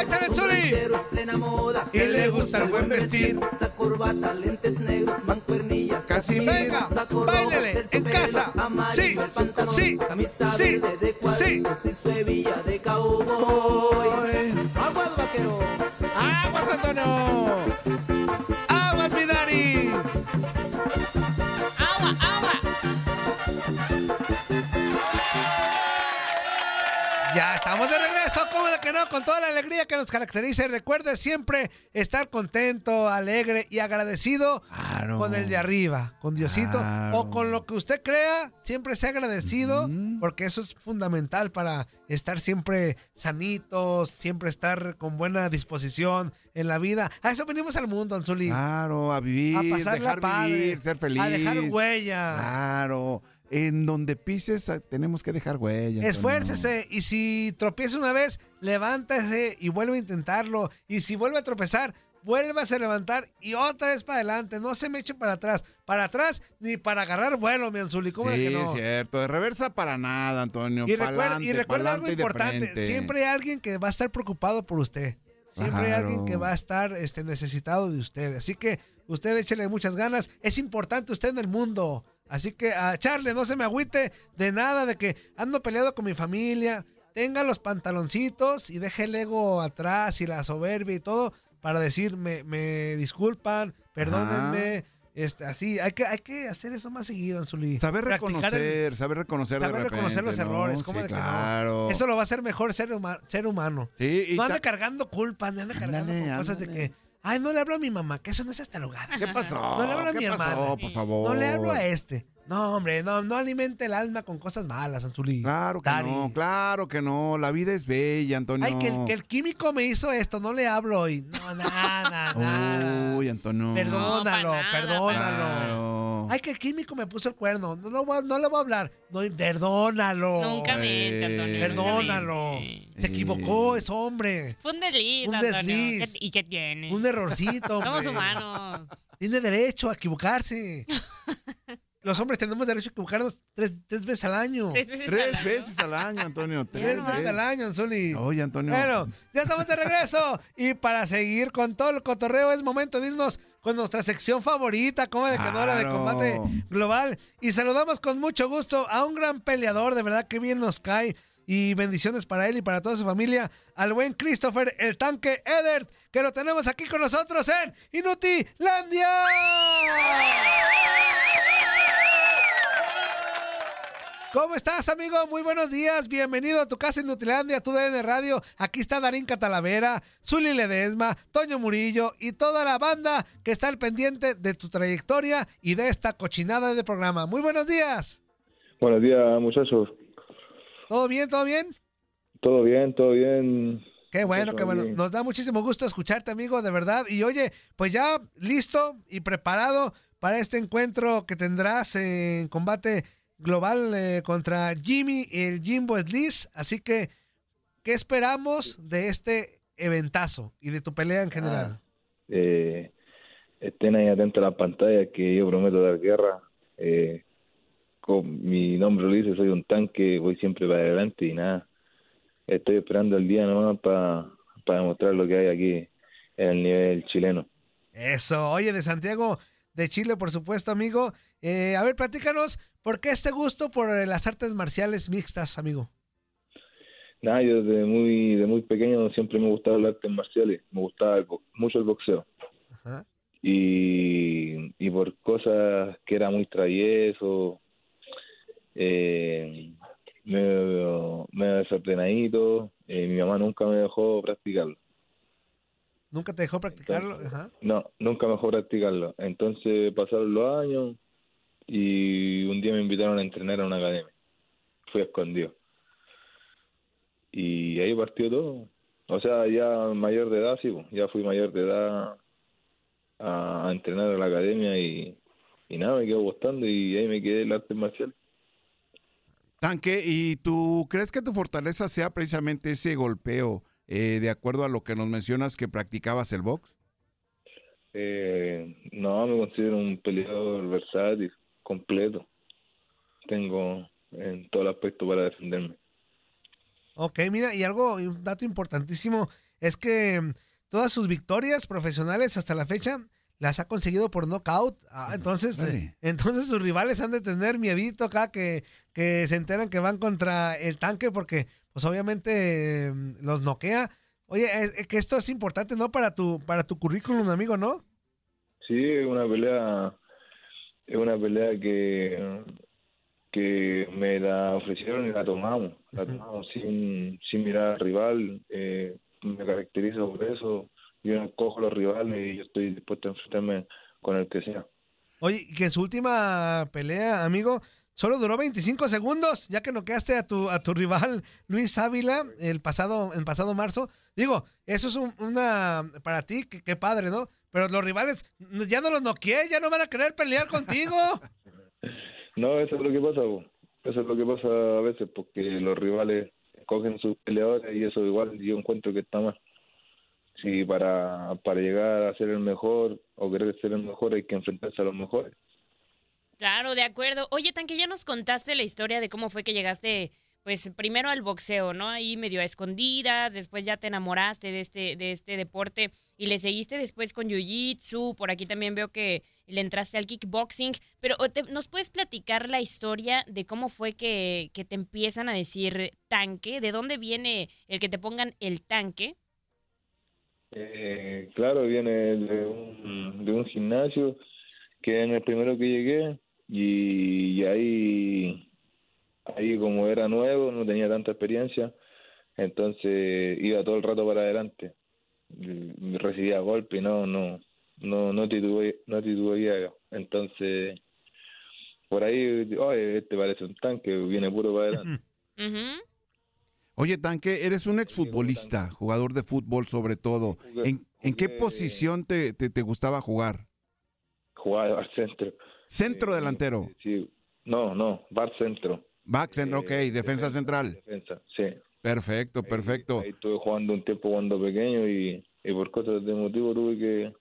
S3: ¡Échale,
S1: Chuli! plena moda.
S3: Y le gusta el buen vestir.
S1: Usa corbata, lentes negros, mancuernillas.
S3: Casi venga, báilele, en casa. Sí, sí, sí, sí.
S1: Si su hebilla de cowboy. Aguas, vaquero.
S4: ¡Aguas, Antonio!
S3: ¡Aguas, mi Dari!
S2: ¡Agua, agua!
S3: Ya estamos de regreso, como de que no, con toda la alegría que nos caracteriza. Y recuerde siempre estar contento, alegre y agradecido con el de arriba, con Diosito
S4: Claro.
S3: o con lo que usted crea. Siempre sea agradecido, porque eso es fundamental para estar siempre sanitos, siempre estar con buena disposición en la vida. A eso venimos al mundo, Anzuli.
S4: Claro, a vivir,
S3: A pasarla
S4: dejar
S3: padre,
S4: vivir, ser feliz.
S3: a dejar huella.
S4: Claro. En donde pises ah, tenemos que dejar huella. Esfuérzese.
S3: Esfuércese y si tropieza una vez, levántese y vuelve a intentarlo. Y si vuelve a tropezar, vuélvase a levantar y otra vez para adelante. No se me eche para atrás. Para atrás ni para agarrar vuelo, mi Anzuli. ¿Cómo de
S4: Sí,
S3: que
S4: es
S3: no?
S4: cierto. De reversa para nada, Antonio.
S3: Y recuerda, y
S4: Pa'lante,
S3: recuerda algo
S4: pa'lante y de
S3: importante.
S4: frente.
S3: Siempre hay alguien que va a estar preocupado por usted. Siempre hay alguien
S4: Claro.
S3: que va a estar este, necesitado de usted. Así que usted échele muchas ganas. Es importante usted en el mundo. Así que a Charlie, no se me agüite de nada, de que ando peleado con mi familia. Tenga los pantaloncitos y deje el ego atrás y la soberbia y todo para decir, me, me disculpan, perdónenme. Este, así, hay que, hay que hacer eso más seguido, Anzuli.
S4: Saber
S3: Practicar el-
S4: reconocer, saber reconocer de
S3: Saber reconocer los
S4: repente, ¿no?
S3: errores, ¿cómo
S4: Sí,
S3: de que no?
S4: claro.
S3: Eso lo va a hacer mejor ser, huma- ser humano.
S4: Sí, y
S3: no anda
S4: ta-
S3: cargando culpas, no anda cargando
S4: Ándale,
S3: con cosas de que, ay, no le hablo a mi mamá, que eso no es hasta lugar.
S4: ¿Qué pasó?
S3: No le hablo a
S4: ¿Qué
S3: mi
S4: pasó,
S3: hermana.
S4: por favor?
S3: No le hablo a este. No, hombre, no, no alimente el alma con cosas malas, Anzuli.
S4: Claro que
S3: Dari.
S4: no, claro que no. La vida es bella, Antonio.
S3: Ay, que el, que el químico me hizo esto, no le hablo hoy. No, nada, nada.
S4: Uy, Antonio.
S3: Perdónalo, perdónalo.
S4: Claro.
S3: Ay, que el químico me puso el cuerno. No, no, voy a- no le voy a hablar. No, perdónalo.
S2: Nunca mente, Antonio.
S3: Eh, Perdónalo. Se equivocó, es hombre.
S2: Fue un desliz,
S3: Un
S2: Antonio.
S3: desliz.
S2: ¿Qué- ¿Y qué tiene?
S3: Un errorcito,
S2: Somos
S3: hombre.
S2: humanos.
S3: Tiene derecho a equivocarse. los hombres tenemos derecho a equivocarnos tres, tres veces al año.
S2: Tres veces
S4: Tres veces al año, Antonio.
S3: Tres
S4: Tres
S3: veces al
S4: veces.
S3: año, Anzuli.
S4: Oye, Antonio.
S3: Bueno, ya estamos de regreso. Y para seguir con todo el cotorreo, es momento de irnos con nuestra sección favorita, como de que no, la de
S4: Claro.
S3: combate global. Y saludamos con mucho gusto a un gran peleador, de verdad que bien nos cae. Y bendiciones para él y para toda su familia, al buen Christopher, el tanque Edert, que lo tenemos aquí con nosotros en Inutilandia. ¿Cómo estás, amigo? Muy buenos días. Bienvenido a tu casa en Nutilandia, tu DN Radio. Aquí está Darín Catalavera, Zuli Ledesma, Toño Murillo y toda la banda que está al pendiente de tu trayectoria y de esta cochinada de programa. Muy buenos días.
S18: Buenos días, muchachos.
S3: ¿Todo bien? ¿Todo bien?
S18: Todo bien, todo bien.
S3: Qué bueno, qué bueno.
S18: bien.
S3: Nos da muchísimo gusto escucharte, amigo, de verdad. Y oye, pues ya listo y preparado para este encuentro que tendrás en combate global eh, contra Jimmy, el Jimbo Sliz. Así que, ¿qué esperamos de este eventazo y de tu pelea en general?
S18: Eh, estén ahí atentos a la pantalla que yo prometo dar guerra. Eh, con mi nombre lo dice, soy un tanque, voy siempre para adelante y nada. Estoy esperando el día nomás para demostrar lo que hay aquí en el nivel chileno.
S3: Eso, oye, de Santiago de Chile, por supuesto, amigo. Eh, a ver, platícanos, ¿por qué este gusto por eh, las artes marciales mixtas, amigo?
S18: Nada, yo desde muy, de muy pequeño siempre me gustaba las artes marciales, me gustaba el bo- mucho el boxeo.
S3: Ajá.
S18: y, y por cosas que era muy travieso, eh, medio, medio desordenadito, eh, mi mamá nunca me dejó practicarlo.
S3: ¿Nunca te dejó practicarlo? Ajá.
S18: No, nunca me dejó practicarlo. Entonces pasaron los años y un día me invitaron a entrenar a una academia. Fui escondido. Y ahí partió todo. O sea, ya mayor de edad, sí, po, ya fui mayor de edad a, a entrenar a la academia y, y nada, me quedó gustando y ahí me quedé en el arte marcial.
S4: Tanque, ¿y tú crees que tu fortaleza sea precisamente ese golpeo, eh, de acuerdo a lo que nos mencionas que practicabas el box?
S18: Eh, no, me considero un peleador versátil, completo. Tengo en todo el aspecto para defenderme.
S3: Ok, mira, y algo, y un dato importantísimo es que mm, todas sus victorias profesionales hasta la fecha las ha conseguido por knockout. Ah, entonces, eh,
S4: órale.
S3: entonces sus rivales han de tener miedito acá que, que se enteran que van contra el tanque porque, pues obviamente, eh, mm, los noquea. Oye, es- es que esto es importante, ¿no? Para tu, para tu currículum, amigo, ¿no?
S18: Sí, es una pelea, es una pelea que, que me la ofrecieron y la tomamos, la tomamos sin, sin mirar al rival, eh, me caracterizo por eso, yo no cojo los rivales y yo estoy dispuesto a enfrentarme con el que sea.
S3: Oye, y que en su última pelea, amigo, solo duró 25 segundos, ya que noqueaste a tu, a tu rival Luis Ávila el pasado, en pasado marzo. Digo, eso es un- una, para ti, qué qué padre, ¿no? Pero los rivales, n- ya no los noqueé, ya no van a querer pelear contigo.
S18: No, eso es lo que pasa, po. eso es lo que pasa a veces, porque los rivales cogen sus peleadores y eso igual yo encuentro que está mal. Si para, para llegar a ser el mejor o querer ser el mejor hay que enfrentarse a los mejores.
S2: Claro, de acuerdo. Oye, Tanque, ya nos contaste la historia de cómo fue que llegaste, pues primero al boxeo, ¿no? Ahí medio a escondidas, después ya te enamoraste de este, de este deporte y le seguiste después con Jiu-Jitsu, por aquí también veo que le entraste al kickboxing, pero o te- ¿nos puedes platicar la historia de cómo fue que, que te empiezan a decir tanque? ¿De dónde viene el que te pongan el tanque?
S18: Eh, claro, viene de un, de un gimnasio que en el primero que llegué y, y ahí, ahí como era nuevo, no tenía tanta experiencia, entonces iba todo el rato para adelante. Y Recibía golpe, no, no, no, no titubeé, no titubeía. Entonces, por ahí, oye, este parece un tanque, viene puro para adelante.
S4: Oye, Tanque, eres un exfutbolista, jugador de fútbol sobre todo. ¿En, en qué posición te, te- te gustaba jugar?
S18: Jugaba al centro.
S4: Centro delantero.
S18: Sí, no, no, bar centro.
S4: Back centro, ok, defensa, central.
S18: Defensa, sí.
S4: Perfecto, perfecto.
S18: Ahí estuve jugando un tiempo cuando pequeño y, y por cosas de motivo tuve que,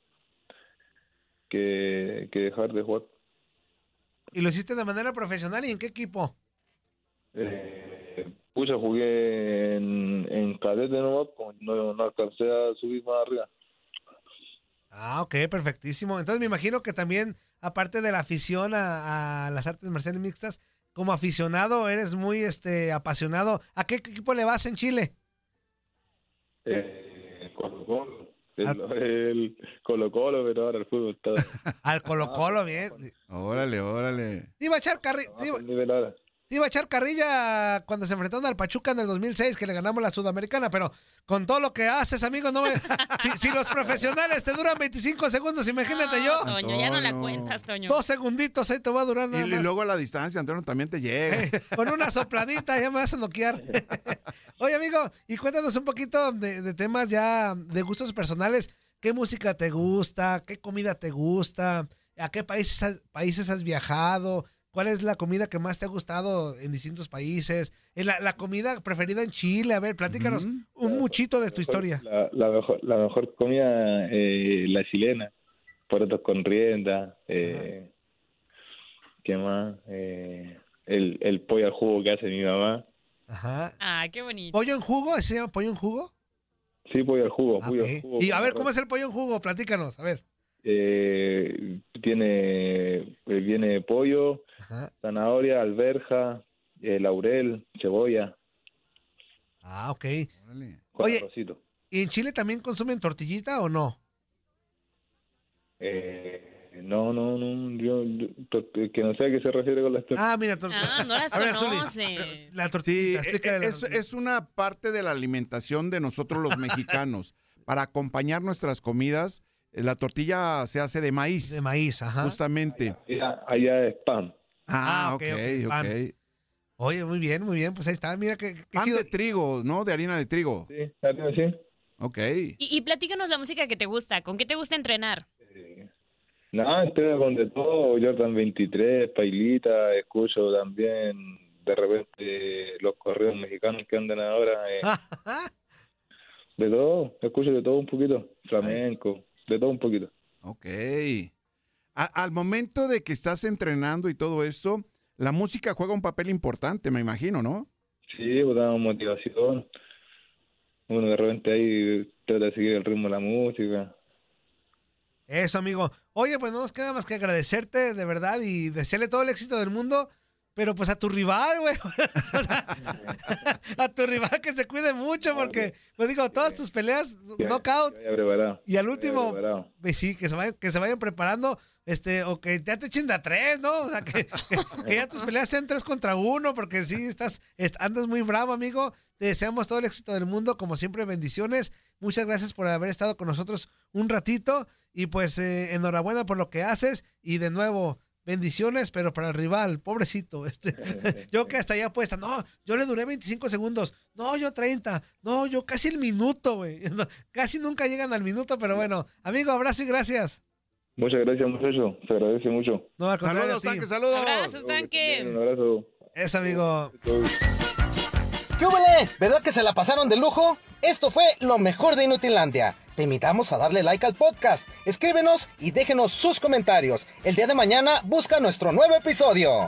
S18: que, que dejar de jugar.
S3: ¿Y lo hiciste de manera profesional y en qué equipo?
S18: Eh, pucha, jugué en, en cadete nomás, pues, no, no alcancé a subir más arriba.
S3: Ah, ok, perfectísimo. Entonces me imagino que también, aparte de la afición a, a las artes marciales mixtas, como aficionado eres muy este apasionado. ¿A qué equipo le vas en Chile?
S18: Eh, Colo Colo. El,
S4: Ah.
S18: el Colo Colo, pero ahora el fútbol está.
S3: Al Colo Colo, bien.
S4: Órale, órale.
S3: Te iba a echar carri- te iba-
S18: Nivel ahora.
S3: te iba a echar carrilla cuando se enfrentaron al Pachuca en el 2006, que le ganamos la Sudamericana, pero con todo lo que haces, amigo, no me- si, si los profesionales te duran 25 segundos, imagínate yo.
S2: Toño, ya Ah, no la cuentas, Toño.
S3: Dos segunditos ahí te va a durar
S4: Y,
S3: nada
S4: y
S3: más. Eh,
S4: luego a la distancia, Antonio, también te llega.
S3: Con una sopladita ya me vas a noquear. Oye, amigo, y cuéntanos un poquito de, de temas ya de gustos personales. ¿Qué música te gusta? ¿Qué comida te gusta? ¿A qué países has, países has viajado? ¿Cuál es la comida que más te ha gustado en distintos países? Eh, La, la comida preferida en Chile. A ver, platícanos un muchito de tu historia.
S18: La, la mejor, la mejor comida, eh, la chilena. Porotos con rienda. Eh, ¿Qué más? Eh, el, el pollo al jugo que hace mi mamá.
S3: Ajá.
S2: Ah, qué bonito.
S3: ¿Pollo en jugo? ¿Ese se llama pollo en jugo?
S18: Sí, pollo al jugo. pollo al
S3: Ah, Ok.
S18: jugo
S3: Y a
S18: con
S3: ver,
S18: arroz.
S3: ¿cómo es el pollo en jugo? Platícanos, a ver.
S18: Eh, tiene, eh, viene pollo,
S3: Ajá.
S18: zanahoria, alberja, eh, laurel, cebolla.
S3: Ah, ok.
S18: Con
S3: Oye.
S18: arrocito.
S3: ¿Y en Chile también consumen tortillita o no?
S18: Eh, no, no, no. Yo, yo- to- que no sé a qué se refiere con las
S3: Ah, mira, tor-
S2: Ah, no las
S3: A ver, Zuli,
S2: conoce.
S3: La tortillita, explícale la
S4: es, es una parte de la alimentación de nosotros los mexicanos. Para acompañar nuestras comidas, eh, la tortilla se hace de maíz. De
S3: maíz, ajá.
S18: Ah,
S4: Justamente.
S18: Allá, allá es pan.
S4: Ah,
S3: Ah, ok,
S4: ok,
S3: ok,
S4: ok.
S3: pan. Oye, muy bien, muy bien. Pues ahí está, mira que...
S4: Pan de trigo, ¿no? De harina de trigo.
S18: Sí, sí.
S4: Ok.
S2: Y, y platícanos la música que te gusta. ¿Con qué te gusta entrenar?
S18: No, estoy con de todo. Jordan 23, Pailita, escucho también de repente los correos mexicanos que andan ahora. eh. de todo, escucho de todo un poquito. Flamenco, de todo un poquito.
S4: Ok. A- al momento de que estás entrenando y todo eso, la música juega un papel importante, me imagino, ¿no?
S18: Sí, pues damos motivación. Uno de repente ahí trata de seguir el ritmo de la música.
S3: Eso, amigo. Oye, pues no nos queda más que agradecerte, de verdad, y desearle todo el éxito del mundo, pero pues a tu rival, güey. O sea, a tu rival que se cuide mucho, porque, pues digo, todas tus peleas, knockout,
S18: Ya preparado.
S3: y al
S18: ya
S3: último,
S18: preparado.
S3: pues sí, que se vayan, que se vayan preparando, este, o que ya te echen de a tres, ¿no? O sea, que, que- que ya tus peleas sean tres contra uno, porque sí, estás, est- andas muy bravo, amigo. Te deseamos todo el éxito del mundo, como siempre, bendiciones. Muchas gracias por haber estado con nosotros un ratito y pues eh, enhorabuena por lo que haces y de nuevo. Bendiciones, pero para el rival, pobrecito. Este, yo que hasta allá apuesta, no, yo le duré 25 segundos, no, yo 30, no, yo casi el minuto, güey. No, casi nunca llegan al minuto, pero bueno, amigo, abrazo y gracias.
S18: Muchas gracias, muchacho. Se agradece mucho.
S3: No, al contrario, a ti.
S2: Abrazos,
S18: Un
S2: tanque.
S18: abrazo.
S3: Es amigo.
S19: ¿Qué hubole? ¿Verdad que se la pasaron de lujo? Esto fue lo mejor de Inutilandia. Te invitamos a darle like al podcast, escríbenos y déjenos sus comentarios. El día de mañana busca nuestro nuevo episodio.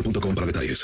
S20: para detalles.